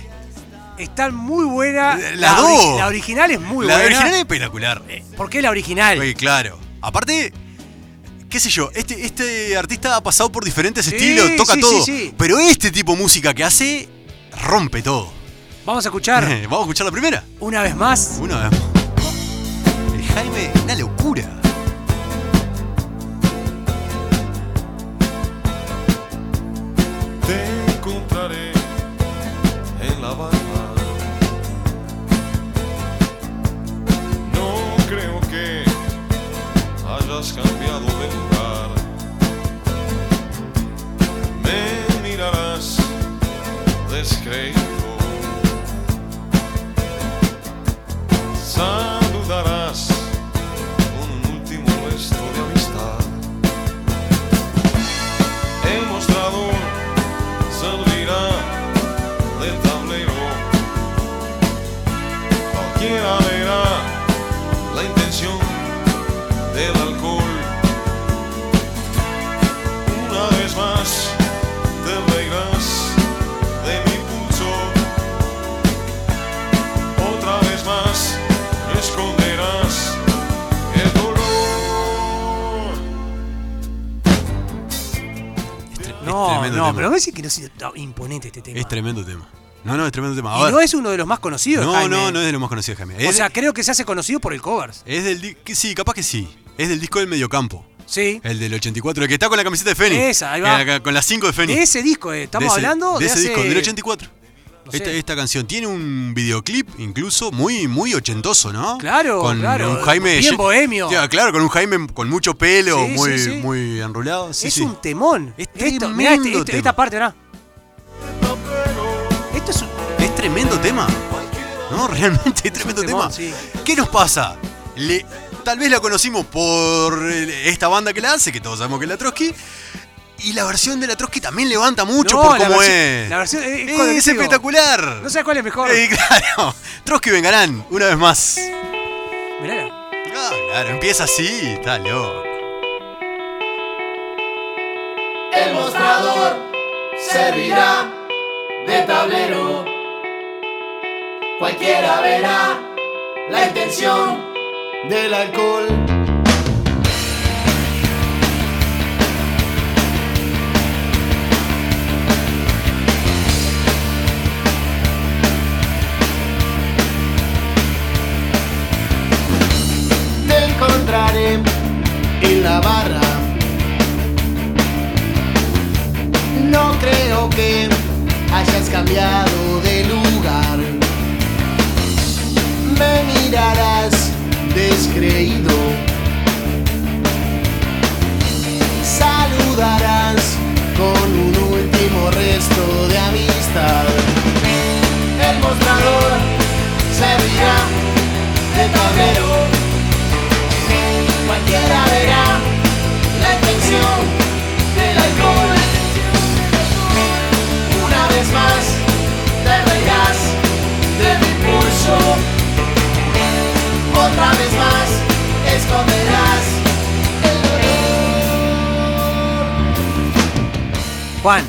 Están muy buenas. Las la ori- dos. la original es muy la buena. Eh, original es espectacular. ¿Por qué la original? Oye, claro. Aparte, qué sé yo, este, este artista ha pasado por diferentes Sí, estilos, toca sí, sí, todo. sí. Pero este tipo de música que hace, rompe todo. Vamos a escuchar [laughs] Vamos a escuchar la primera. una vez más. Una vez. El Jaime, una locura. te encontraré en la barra. No creo que hayas cambiado de lugar. Me mirarás descreído. Saludarás con un último gesto de amistad. El mostrador servirá de tablero. Cualquiera verá la intención del alcohol. Una vez más te reirás de mi pulso. Otra vez más esconderás el dolor. No, tremendo no, tema. pero me decís que no es no, imponente este tema. Es tremendo tema. No, no, es tremendo tema. A Y ver. no es uno de los más conocidos, no, Jaime. no, no es de lo más conocido de Jaime. O Es, sea, creo que se hace conocido por el covers. es del di- que sí, capaz que sí. Es del disco del mediocampo. Sí. El del 84, el que está con la camiseta de Feni. Esa, ahí va. Eh, Con las 5 de Feni. De ese disco, eh, estamos De ese- hablando de ese hace- disco, del 84. no sé. Esta, esta canción tiene un videoclip incluso muy muy ochentoso, ¿no? Claro, con claro, Un Jaime bien ye- bohemio. Ya, claro, con un Jaime con mucho pelo, Sí, muy sí, sí. muy enrulado. Sí, es sí. un temón. Es Esto, mirá, este- tremendo este- tema. esta parte, ¿verdad? Esto es, un- es tremendo tema. No, [laughs] realmente es tremendo tema. temón, sí. ¿Qué nos pasa? Le- tal vez la conocimos por eh, esta banda que la hace, que todos sabemos que es la Trotsky. Y la versión de la Trotsky también levanta mucho No, por la cómo versión- es. la versión- es Eh, es colectivo. espectacular. No sabes cuál es mejor. [laughs] Eh, claro. Trotsky vengarán una vez más. Mirá, Ah, claro, empieza así, está loco. El mostrador servirá de tablero. Cualquiera verá la intención del alcohol. Te encontraré en la barra. No creo que hayas cambiado de lugar. Me mirarás descreído. Saludarás con un último resto de amistad. El mostrador servirá de tablero. Cualquiera verá la intención del alcohol. Una vez más te reirás de mi pulso. Otra vez más esconderás el dolor. Juan,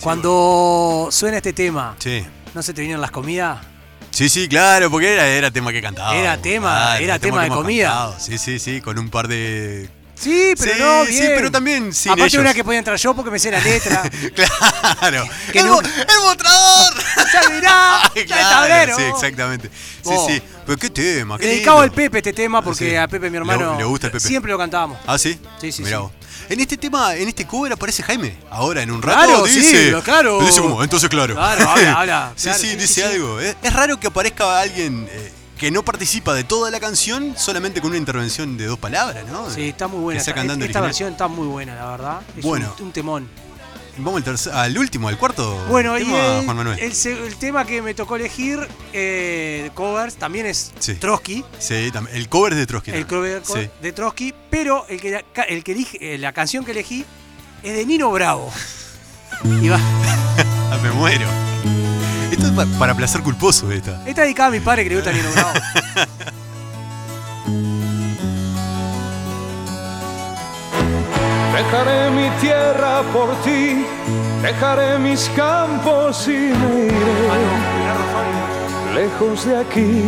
cuando suena este tema, Sí. ¿no se te vienen las comidas? Sí, sí, claro, porque era, era tema que cantaba. Era tema, era tema de que hemos comida. cantado. Sí, sí, sí, con un par de. [laughs] Sí, pero Sí, no, sí, bien. pero también sin Aparte ellos. una que podía entrar yo porque me sé la [laughs] letra. Claro. Que ¡El, no- mo- el mostrador! [laughs] ¡Ya [laughs] mirá! Ay, Ah, ¡Ya el claro, tablero! Sí, exactamente. Sí, Vos. sí. Pero qué tema, qué Le dedicaba al lindo. Pepe este tema porque sí. a Pepe, mi hermano, Le- le gusta el Pepe. siempre lo cantábamos. ¿Ah, sí? Sí, sí, Mirá sí. vos. En este tema, en este cover aparece Jaime. Ahora, en un rato, Claro, sí, dice. lo- claro. Dice como, entonces claro. Claro, [laughs] habla, habla, sí, claro, sí, sí, dice sí, sí. algo. Es, es raro que aparezca alguien eh, que no participa de toda la canción solamente con una intervención de dos palabras, ¿no? Sí, está muy buena. Que sea Esta, cantando esta original. versión está muy buena, la verdad. Es Bueno. un, un temón. Vamos al, tercer- al último, al cuarto. Bueno, y tema, el, Juan Manuel. el se- el tema que me tocó elegir, eh, de covers, también es Sí. Trotsky, Sí, tam- el cover es de Trotsky. el también. cover Sí. de Trotsky, pero el que, la- el que elige- eh, la canción que elegí es de Nino [laughs] Bravo. Y va- Ah, me muero. Esto es pa- para placer culposo, esta. Esta dedicada a mi padre que le gusta Nino Bravo. Dejaré mi tierra por ti, dejaré mis campos y me iré lejos de aquí.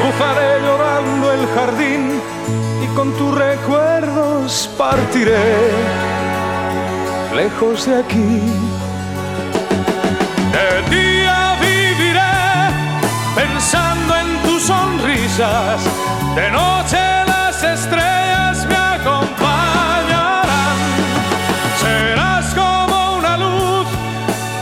Cruzaré llorando el jardín y con tu lejos partiré, lejos de aquí. De día viviré pensando en tus sonrisas, de noche las estrellas me acompañarán. Serás como una luz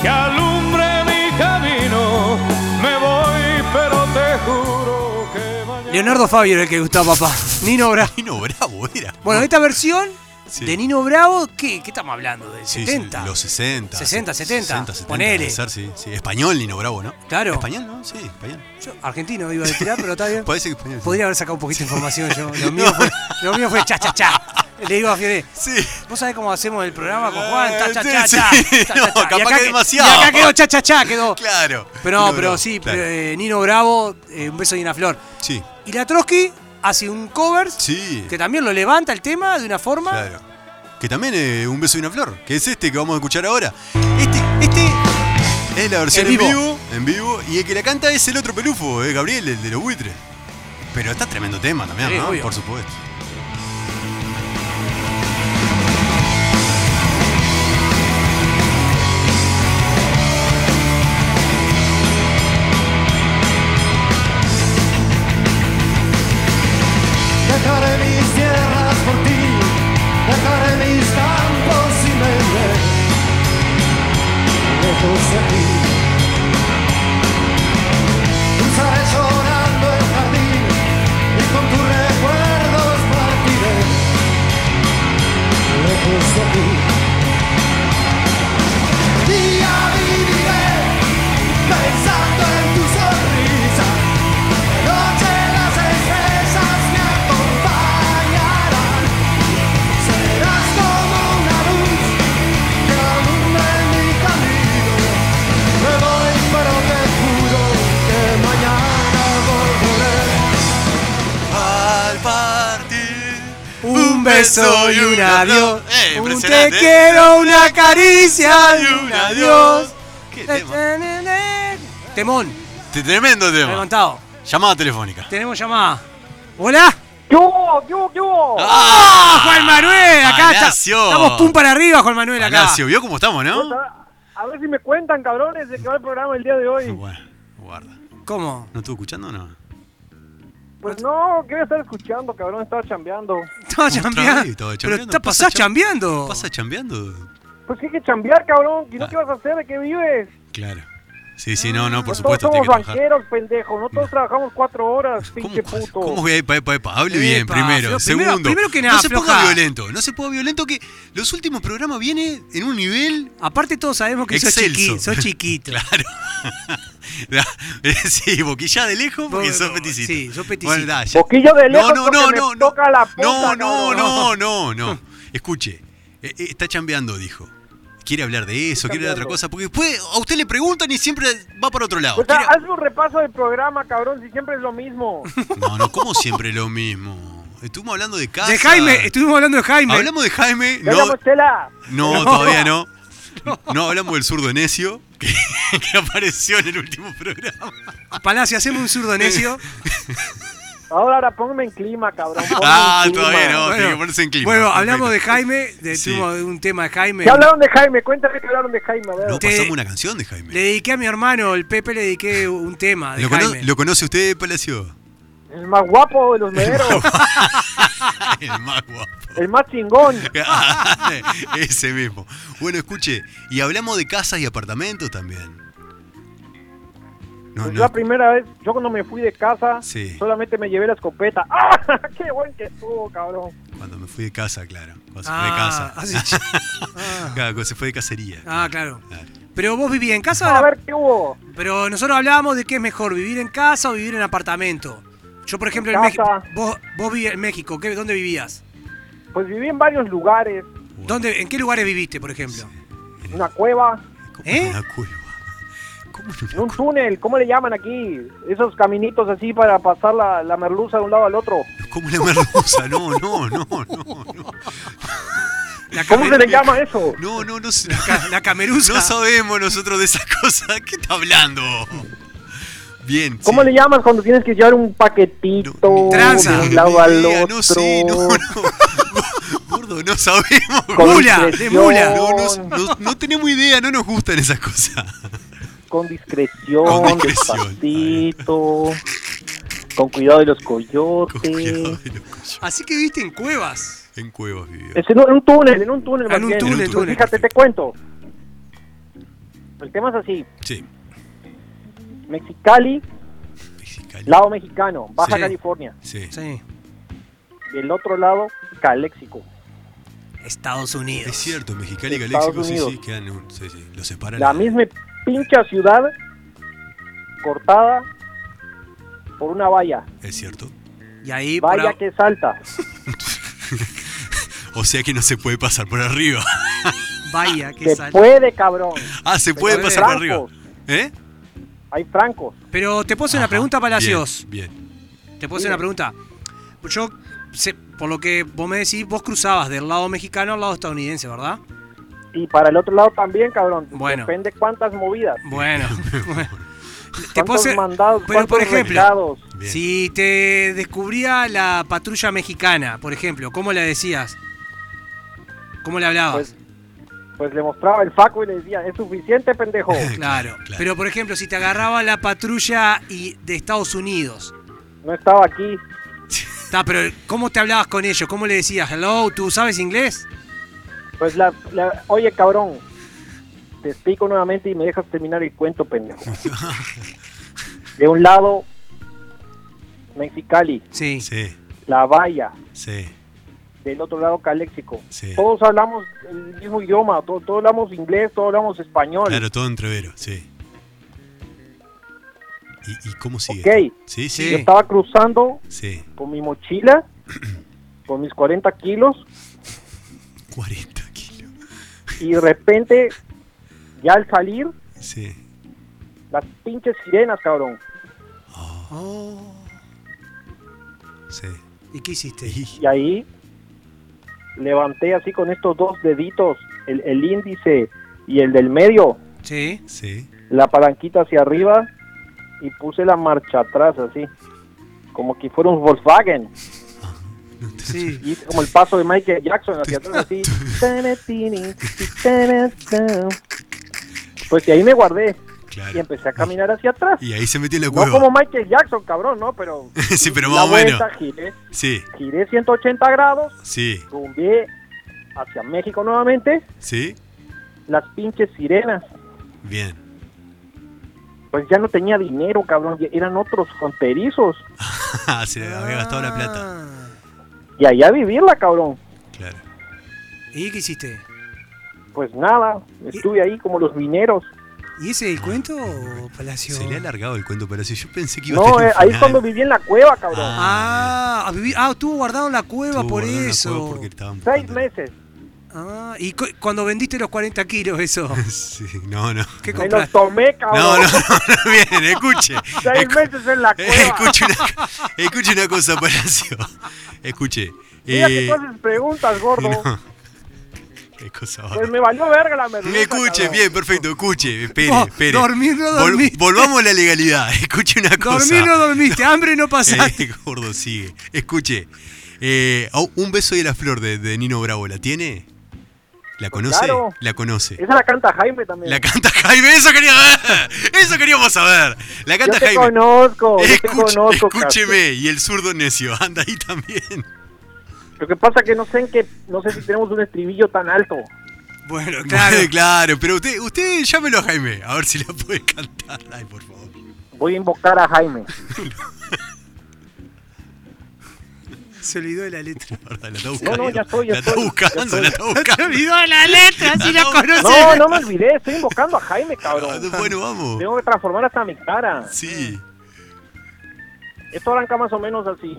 que alumbre mi camino. Me voy, pero te juro que mañana. Leonardo Fabio era el que gustaba, papá. Nino Bravo. Nino Bravo era. Bueno, esta versión Sí. de Nino Bravo, ¿qué, qué estamos hablando? ¿Del Sí, sí, 70? los 60. 60, 70, 70, ponele. debe ser, sí, sí. Español, Nino Bravo, ¿no? Claro. Español, ¿no? Sí, español. Yo, argentino iba a tirar, pero está [laughs] bien. Parece que español. sí. Eh, Podría haber sacado un poquito de información [laughs] yo. Lo mío fue, lo mío fue cha, cha, cha. Le digo a Fiore, Sí. [laughs] vos sabés cómo hacemos el programa con Juan, ta, cha, cha, Sí, cha. sí. ta, cha, [laughs] No, cha. Y capaz acá que que- demasiado. Y acá quedó cha, cha, cha, quedó. Claro. Pero no, Nino pero Bravo, sí, claro. eh, Nino Bravo, eh, un beso y una flor. Sí, Y la Trotsky hace un cover sí. que también lo levanta el tema de una forma. Claro. Que también es Un beso y una flor, que es este que vamos a escuchar ahora. Este, este es la versión En en vivo. vivo. en vivo, y el que la canta es el otro pelufo, es Gabriel, el de los buitres. Pero está tremendo tema también, Sí, ¿no? obvio. Por supuesto. Dejaré mis tierras por ti, dejaré mis campos y me iré lejos de ti. Cruzaré llorando el jardín y con tus recuerdos partiré lejos de ti. Día viviré pensando en tu sonrisa. Noche las estrellas me acompañarán. Serás como una luz que alumbra en mi camino. Me voy, pero te juro que mañana volveré. Al partir. Un beso y un adiós. Eh, un te impresionante, eh. quiero, una caricia y un un adiós. Eh, adiós. Qué tema. Temón, Te- Tremendo me he tema. contado. Llamada telefónica. Tenemos llamada. ¿Hola? ¡Ah! ¡Ah, Juan Manuel! Acá está. Palacio. Estamos pum para arriba, Juan Manuel, acá. Ignacio, ¿vio cómo estamos, no? A ver si me cuentan, cabrones, de qué va el programa el día de hoy. Bueno, guarda. ¿Cómo? ¿No estuvo escuchando o no? Pues no, ¿qué voy a estar escuchando, cabrón? Estaba chambeando. Estaba Otra vez, chambeando. estaba Pero chambeando. está Pasa pasás cham- chambeando. ¿Pasa chambeando? Pues que hay que chambear, cabrón. ¿Y no Claro. qué vas a hacer? ¿De qué vives? Claro. Sí, sí, no, no, por Pues supuesto, todos tiene somos que trabajar. banqueros, pendejo. No todos trabajamos cuatro horas, pinche ¿Cómo, puto. ¿Cómo voy a epa, epa, epa? Hable bien, Epa, primero. Flo, primero- Segundo, primero que nada, no se floja. ponga violento. No se ponga violento que los últimos programas viene en un nivel [laughs] Aparte todos sabemos que sos, excelso. chiqui, sos chiquito. [laughs] claro. eh, sí, boquilla de lejos porque Vos- sos peticito. sí, sos peticito. Bueno, da, ya. Boquillo de lejos no, porque no, me no, no, toca la puta, no, no, cabrón. [laughs] no, no, no. Escuche, eh, eh, está chambeando, dijo. Quiere hablar de eso, quiere hablar de otra chambeando. cosa, porque después a usted le preguntan y siempre va para otro lado. O sea, Quiere- haz un repaso del programa, cabrón, si siempre es [laughs] lo mismo. No, no, como siempre lo mismo. Estuvimos hablando de casa. De Jaime, estuvimos hablando de Jaime. Hablamos de Jaime, Ya no, llamo Estela. no, todavía no. No hablamos del zurdo necio que, [laughs] que apareció en el último programa. Palacio, hacemos un zurdo necio. Ahora, ahora, póngame en clima, cabrón. ponme en [laughs] Ah, clima. todavía no, tiene que ponerse en clima. bueno, hablamos de Perfecto. Jaime, de, Sí. tuvimos un tema de Jaime. ¿Qué hablaron de Jaime? Cuéntame que hablaron de Jaime, a ver. No, Te- pasamos una canción de Jaime. Le dediqué a mi hermano, el Pepe, le dediqué un tema de ¿Lo, cono- Jaime. lo conoce usted, [laughs] Palacio? El más guapo de los mederos. el más guapo. [laughs] [laughs] el más chingón. Ese mismo. Bueno, escuche, y hablamos de casas y apartamentos también. No, Pues no. la primera vez, yo cuando me fui de casa, Sí. solamente me llevé la escopeta. [laughs] ¡Ah! ¡Qué buen que estuvo, cabrón! Cuando me fui de casa, claro. Cuando se fue de Ah, casa. [laughs] así- ah, [laughs] Claro, cuando se fue de cacería. ah, claro. Claro. Pero vos vivías en casa, A ver qué hubo. pero nosotros hablábamos de qué es mejor, vivir en casa o vivir en apartamento. Yo, por ejemplo, en En México. casa. Vos, vos vivías en México, ¿qué- ¿dónde vivías? Pues viví en varios lugares. ¿Dónde, ¿En qué lugares viviste, por ejemplo? En una cueva, ¿Cómo en ¿Eh? una cueva? ¿Cómo en en una un túnel. ¿Cómo le llaman aquí? Esos caminitos así para pasar la, la merluza de un lado al otro. ¿Cómo la merluza? No, no, no, no, no. La, ¿Cómo se Camer- le llama eso? No, no, no. sé. Ca- la Cameruza. No sabemos nosotros de esas cosas. ¿Qué está hablando? Bien. sí. ¿Cómo le llamas cuando tienes que llevar un paquetito No, tranza. de un lado al Ni idea, otro? No, sí, no, no. Vos- Ricardo, no sabemos. [laughs] Con Mula, de discreción, mula. No, no, no- no tenemos idea, no nos gustan esas cosas. [laughs] Con discreción, Con discreción. despacito, con cuidado de los Con coyotes. cuidado de lo coyo- Así que viste en cuevas. En cuevas vivió. Es en un, en un túnel, en un túnel. En más un bien. túnel, Pues túnel. Fíjate, te cuento. El tema es así. Sí, Mexicali, Mexicali. lado mexicano, Baja Sí. California. Sí. Sí. Y el otro lado, Caléxico. Estados Unidos. Es cierto, Mexicali y Estados Galéxico, sí, Unidos. sí, quedan en un. Sí, sí, lo separan. La misma pincha ciudad cortada por una valla. Es cierto. Y ahí por Valla a- que salta. O sea que no se puede pasar por arriba. vaya [laughs] que Se sal- puede, cabrón. Ah, se puede puede. pasar por arriba. Francos. ¿Eh? Hay francos. Pero te puedo hacer una Ajá, pregunta, Palacios. Bien. bien. Te puedo hacer una pregunta. Yo, sé- por lo que vos me decís, vos cruzabas del lado mexicano al lado estadounidense, ¿verdad? Y para el otro lado también, cabrón. Bueno. Depende cuántas movidas. Bueno. [laughs] [laughs] bueno. Te puedo ¿Cuántos hacer- mandados? pero por cuántos ejemplo, recados. Bien. si te descubría la patrulla mexicana, por ejemplo, ¿cómo la decías? ¿Cómo le hablabas? Pues, pues le mostraba el faco y le decía, es [laughs] suficiente, pendejo. claro, [laughs] claro. Pero por ejemplo, si te agarraba la patrulla y de Estados Unidos, No estaba aquí. Está, pero ¿cómo te hablabas con ellos? ¿Cómo le decías? Hello, ¿tú sabes inglés? Pues la, la- oye, cabrón. Te explico nuevamente y me dejas terminar el [laughs] cuento, pendejo. De un lado, Mexicali, Sí. Sí, La Valla. sí. Del otro lado, Caléxico. Sí. Todos hablamos el mismo idioma. to- todos hablamos inglés, todos hablamos español. Claro, todo entrevero, sí. ¿Y, y cómo sigue? Ok. esto? Sí, Yo sí. Sí. estaba cruzando Sí, con [clears throat] mi mochila, con mis 40 kilos, 40 kilos. y de repente, ya al salir, Sí. las pinches sirenas, cabrón. Sí. ¿Y qué hiciste? Y- Y ahí levanté así con estos dos deditos, el, el índice y el del medio, Sí. Sí. la palanquita hacia arriba y puse la marcha atrás así, como que fuera un Volkswagen. Sí. Y hice como el paso de Michael Jackson hacia [laughs] atrás así. Pues y ahí me guardé y Claro. empecé a caminar hacia atrás. Y ahí se metió en la No cueva. como Michael Jackson, cabrón, ¿no? Pero... [laughs] Sí, pero la más o menos. vuelta, giré, Sí, giré 180 grados sí, rumbié hacia México nuevamente, sí. las pinches sirenas. Bien. [laughs] Pues ya no tenía dinero, cabrón, ya eran otros fronterizos. Ah, se [laughs] le había gastado la plata. Ah. Y allá vivirla, cabrón. Claro. ¿Y qué hiciste? Pues nada, estuve ahí como los mineros. ¿Y ese es el cuento, o Palacio? Se le ha alargado el cuento, pero si yo pensé que iba a No, tener eh, un ahí es final. cuando viví en la cueva, cabrón. Ah, a vivir- ah, estuvo guardado en la cueva Estuvo por guardado en la eso. cueva porque estaban Seis buscando- meses, Ah, y cu- cuando vendiste los 40 [laughs] kilos, eso. [laughs] Sí, no, no. ¿Qué me los compraste? tomé, No, cabrón. no, no, [laughs] no, bien, [laughs] escuche. Seis Escu- meses [laughs] en la Eh, cueva. Escuche una, [laughs] escuche una cosa, Palacio. Escuche. Mira eh, que tú haces preguntas, gordo. no. [laughs] Qué cosa Pues bárbara. me valió verga la merluza, Me escuche, cabrón. bien, perfecto, escuche, espere, Vos, espere. dormir no Vol- dormiste. volvamos a la legalidad, [laughs] escuche una cosa. Dormí no dormiste, hambre no pasaste. [laughs] Eh, gordo, sigue. Escuche, eh, oh, un beso de la flor de, de Nino Bravo, ¿la tiene? ¿La conoce? Pues claro. Eh, La conoce. Esa la canta Jaime también. La canta Jaime, eso quería ver, [laughs] eso queríamos saber. La yo canta te Jaime. conozco, yo te Escuche- conozco. escúcheme, y el zurdo necio, anda ahí también. Lo que pasa que no sé en qué, no sé si tenemos un estribillo tan alto. [laughs] Bueno, claro. Claro, claro, pero usted, usted llámelo a Jaime, a ver si la puede cantar. Ay, por favor. Voy a invocar a [laughs] Jaime. Se olvidó de la letra. La verdad, la está No, buscando. no, ya estoy, ya la está estoy, ya buscando, estoy. la está [laughs] buscando. olvidó de la letra, si la conoces. No, no me olvidé, estoy invocando a [laughs] Jaime, cabrón. Bueno, vamos. Tengo que transformar hasta mi cara. Sí. Esto arranca más o menos así.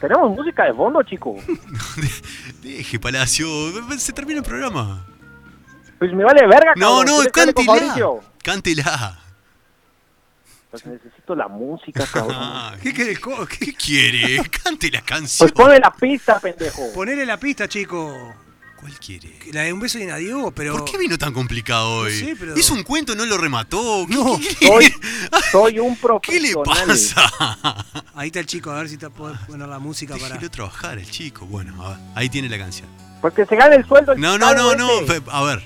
Tenemos música de fondo, chico. [laughs] Deje, Palacio. Se termina el programa. Pues me vale verga, No, cabrón. no, ¿Quieres que hable con cántela. Fabricio? Cántela. Pues necesito la [laughs] música, cabrón. Ah, ¿Qué querés? co- qué- ¿Qué quiere? [laughs] Cante la canción. Pues ponle la pista, pendejo. Ponele la pista, chico. ¿Cuál quiere? La de un beso y un adiós, pero. ¿Por qué vino tan complicado hoy? sé, pero- Hizo un cuento, no lo remató. ¿Qué, No, qué- [laughs] Soy, soy un qué le profesional. [laughs] pasa? Ahí está el chico, a ver si te puedo poner la música para. Déjelo trabajar el chico. Bueno, a ver, ahí tiene la canción. Pues que se gane el sueldo. el No, no, no, chango no. ese, fe- A ver.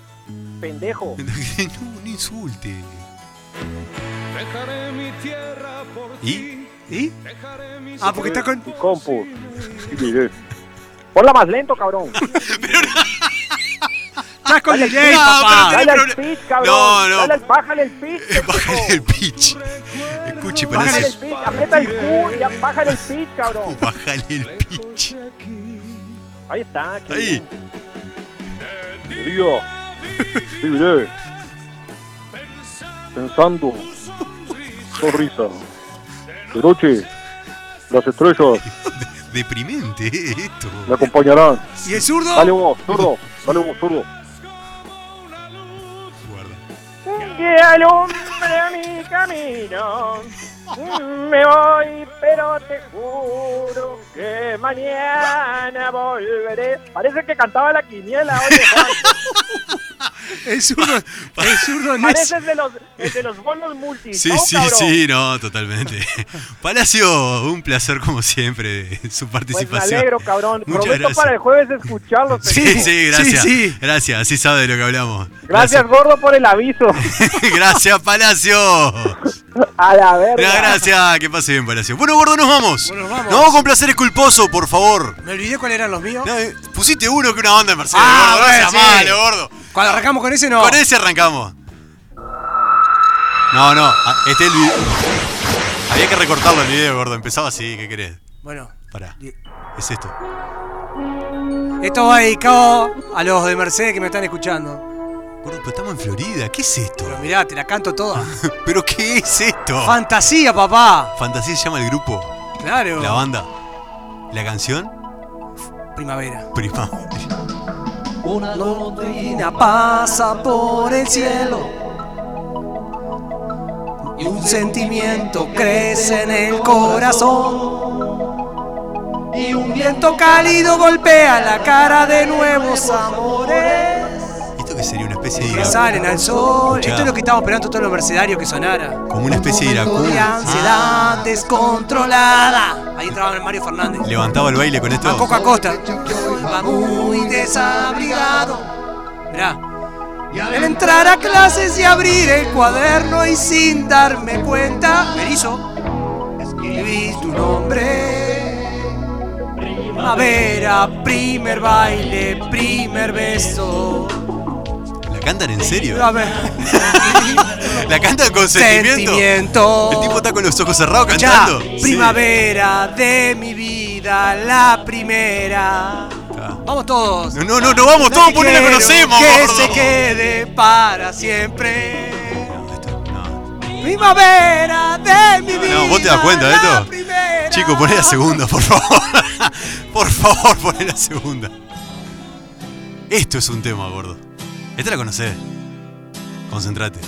[laughs] Pendejo. No, no insulte. Dejaré mi tierra por ¿Y? ti. ¿Y? Dejaré mis Ah, porque está con. Y compu. Ponla más lento, cabrón. Estás con delay, Ah, No, papá. pero Dale al problema. pitch, cabrón. No, no. Dale al- bájale el pitch. [laughs] Bájale pendejo. el pitch. Escuche, Bájale el parece. pitch. Aprieta el culo y ya bájale el pitch, cabrón. Bájale el pitch. Ahí está. qué Ahí. bien. Digo. Viviré. Pensando. Sonrisa. De noche. Las estrellas Deprimente eh, esto. me acompañarán. ¿Y el zurdo? Dale vos, zurdo. Dale vos, zurdo. Guarda. Que alumbra mi camino. Me voy, pero te juro que mañana volveré. Parece que cantaba la quiniela, oye, Juan. El zurdo. El zurdo no es. Parece el de los, el de los bonos multi. Sí, ¿no, sí, cabrón? sí, no, totalmente. [laughs] Palacio, un placer como siempre su Pues me participación. alegro, cabrón. Muchas Prometo gracias. para el jueves escucharlos. Sí, Sí, sí, gracias. sí, sí. Gracias, así sabe de lo que hablamos. [laughs] Gracias, gordo, por el aviso. [laughs] Gracias, Gracias, Palacio. A la verga. No, gracias, que pase bien, Palacio. Bueno, gordo, nos vamos. Bueno, nos vamos. con placer culposo, por favor. Me olvidé cuáles eran los míos. No, eh, pusiste uno que una onda de Mercedes, Ah, gordo. No seas bueno, sí. malo, gordo. Cuando arrancamos con ese, no. Con ese arrancamos. No, no, ah, este es el video. Había que recortarlo el video, gordo. Empezaba así, ¿qué querés? Bueno, Pará. Bien. Es esto. esto va dedicado a los de Mercedes que me están escuchando. Gordo, pero estamos en Florida. ¿Qué es esto? [laughs] Pero mirá, te la canto toda. ¿Pero qué es esto? Fantasía, papá. Fantasía se llama el grupo, Claro. la banda. La canción, Primavera. prima. [laughs] Una Londrina pasa por el cielo. Y un sentimiento crece en el corazón. Y un viento cálido golpea la cara de nuevos amores. ¿Esto que sería una especie de Que ira- salen al sol. Escuchá. Esto es lo que estamos esperando todos los mercenarios que sonara. Como una especie de Ah, De iracundo. ansiedad descontrolada. Ahí entraba Mario Fernández. Levantaba el baile con A esto. Coca Costa. Va muy desabrigado. Mirá. El entrar a clases y abrir el cuaderno y sin darme cuenta. Merizo. Escribí tu nombre. Primavera, primer baile, primer beso. ¿La cantan en serio? A ver. [laughs] ¿La cantan con sentimiento? Sentimiento. El tipo está con los ojos cerrados Ya, cantando. primavera de mi vida, la primera. Vamos todos. Ah. No, no, no, no vamos todos, por porque ahí la conocemos, Que gordo. se quede para siempre. No, esto- no. Primavera de mi vida. No, vos te das cuenta de la esto. primera. Chico, poné la segunda, por favor. [laughs] Por favor, poné la segunda. Esto es un tema, gordo. Esta la conocés. Concentrate.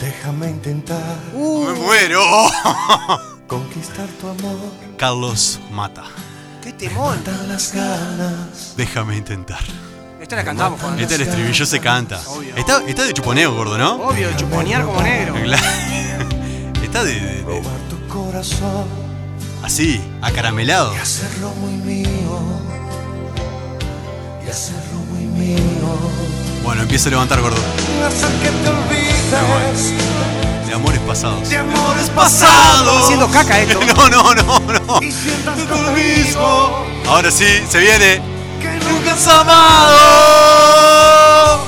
Déjame intentar Uh, Me muero. [laughs] conquistar tu amor. Carlos Mata. qué temón. Dan las ganas. Déjame intentar. Esta la cantamos, Juan. Este el estribillo se canta. Está, está de chuponeo, gordo, ¿no? Obvio, chuponear como negro. Claro. [laughs] Está de, de- de- Robar tu corazón así, acaramelado. y hacerlo muy mío. Y hacerlo muy mío. Bueno, empieza a levantar, gordo. Hasta que te olvides De amores pasados. de amores ¡Pasados! Haciendo caca esto. [laughs] No, no, no, no. y sientas lo mismo. Ahora sí, se viene. Que nunca has amado.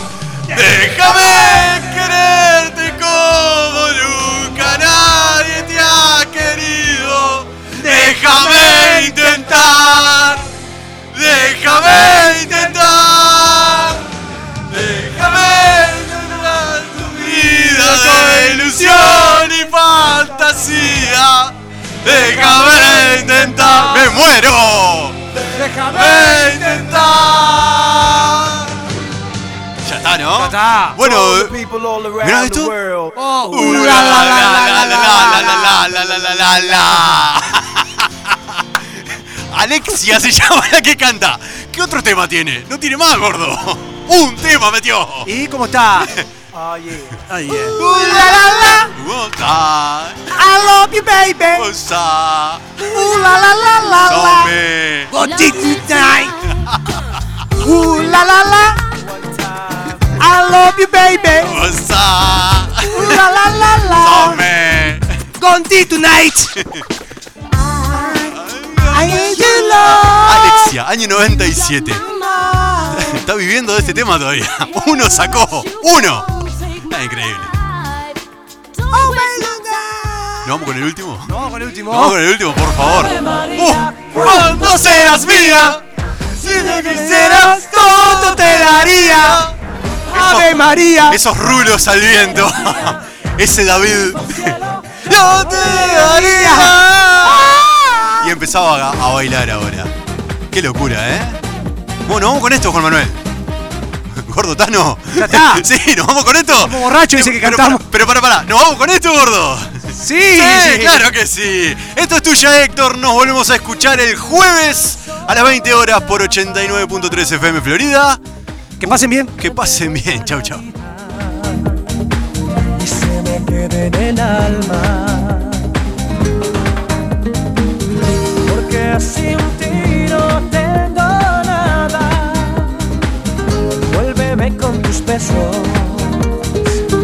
Déjame quererte como nunca nadie te ha querido. Déjame intentar. Déjame intentar. Déjame intentar tu vida de ilusión y fantasía. Déjame intentar. ¡Me muero! Déjame intentar. Ya está, ¿no? Ya está. Bueno, People all ¿Mirá around the esto? world. Oh, Uh, la, la, la, la, la, la, la, la, la, la, la, la. Alexia se llama la que canta. ¿Qué otro tema tiene? No tiene más, gordo. Un tema metió. ¿Y [laughs] cómo está? Oye, oye. One time, I love you, baby. one time, Uh, la, la, la, la, la. dame. Go deep tonight. Ooh la la la. I love you, baby. ¡Osa! Ooh la la la la. ¡Tome! Gondi tonight. I need your love. Alexia, año 97. Está viviendo de este tema todavía. Uno sacó. Uno. Ah, increíble. ¿Nos vamos con el último? Nos vamos con el último. Vamos con el último, por favor. Uh, ¡Cuando serás mía! Si te Serás todo te daría. Ave María. Esos rulos al [laughs] viento. Ese David. ¡Yo te Ah. daría! Y empezaba a, a bailar ahora. Qué locura, ¿eh? Bueno, vamos con esto, Juan Manuel. [laughs] Gordo Tano. Ya está. [laughs] Sí, nos vamos con esto. Como borracho dice que Pero cantamos. para- Pero para, para, nos vamos con esto, gordo. Sí, sí. claro que sí. Esto es tuya, Héctor. Nos volvemos a escuchar el jueves a las 20 horas por 89.3 FM Florida. Que pasen bien. Que pasen bien. Chau, chau. y se me quede en el alma. Porque sin ti no tengo nada. Vuélveme con tus besos.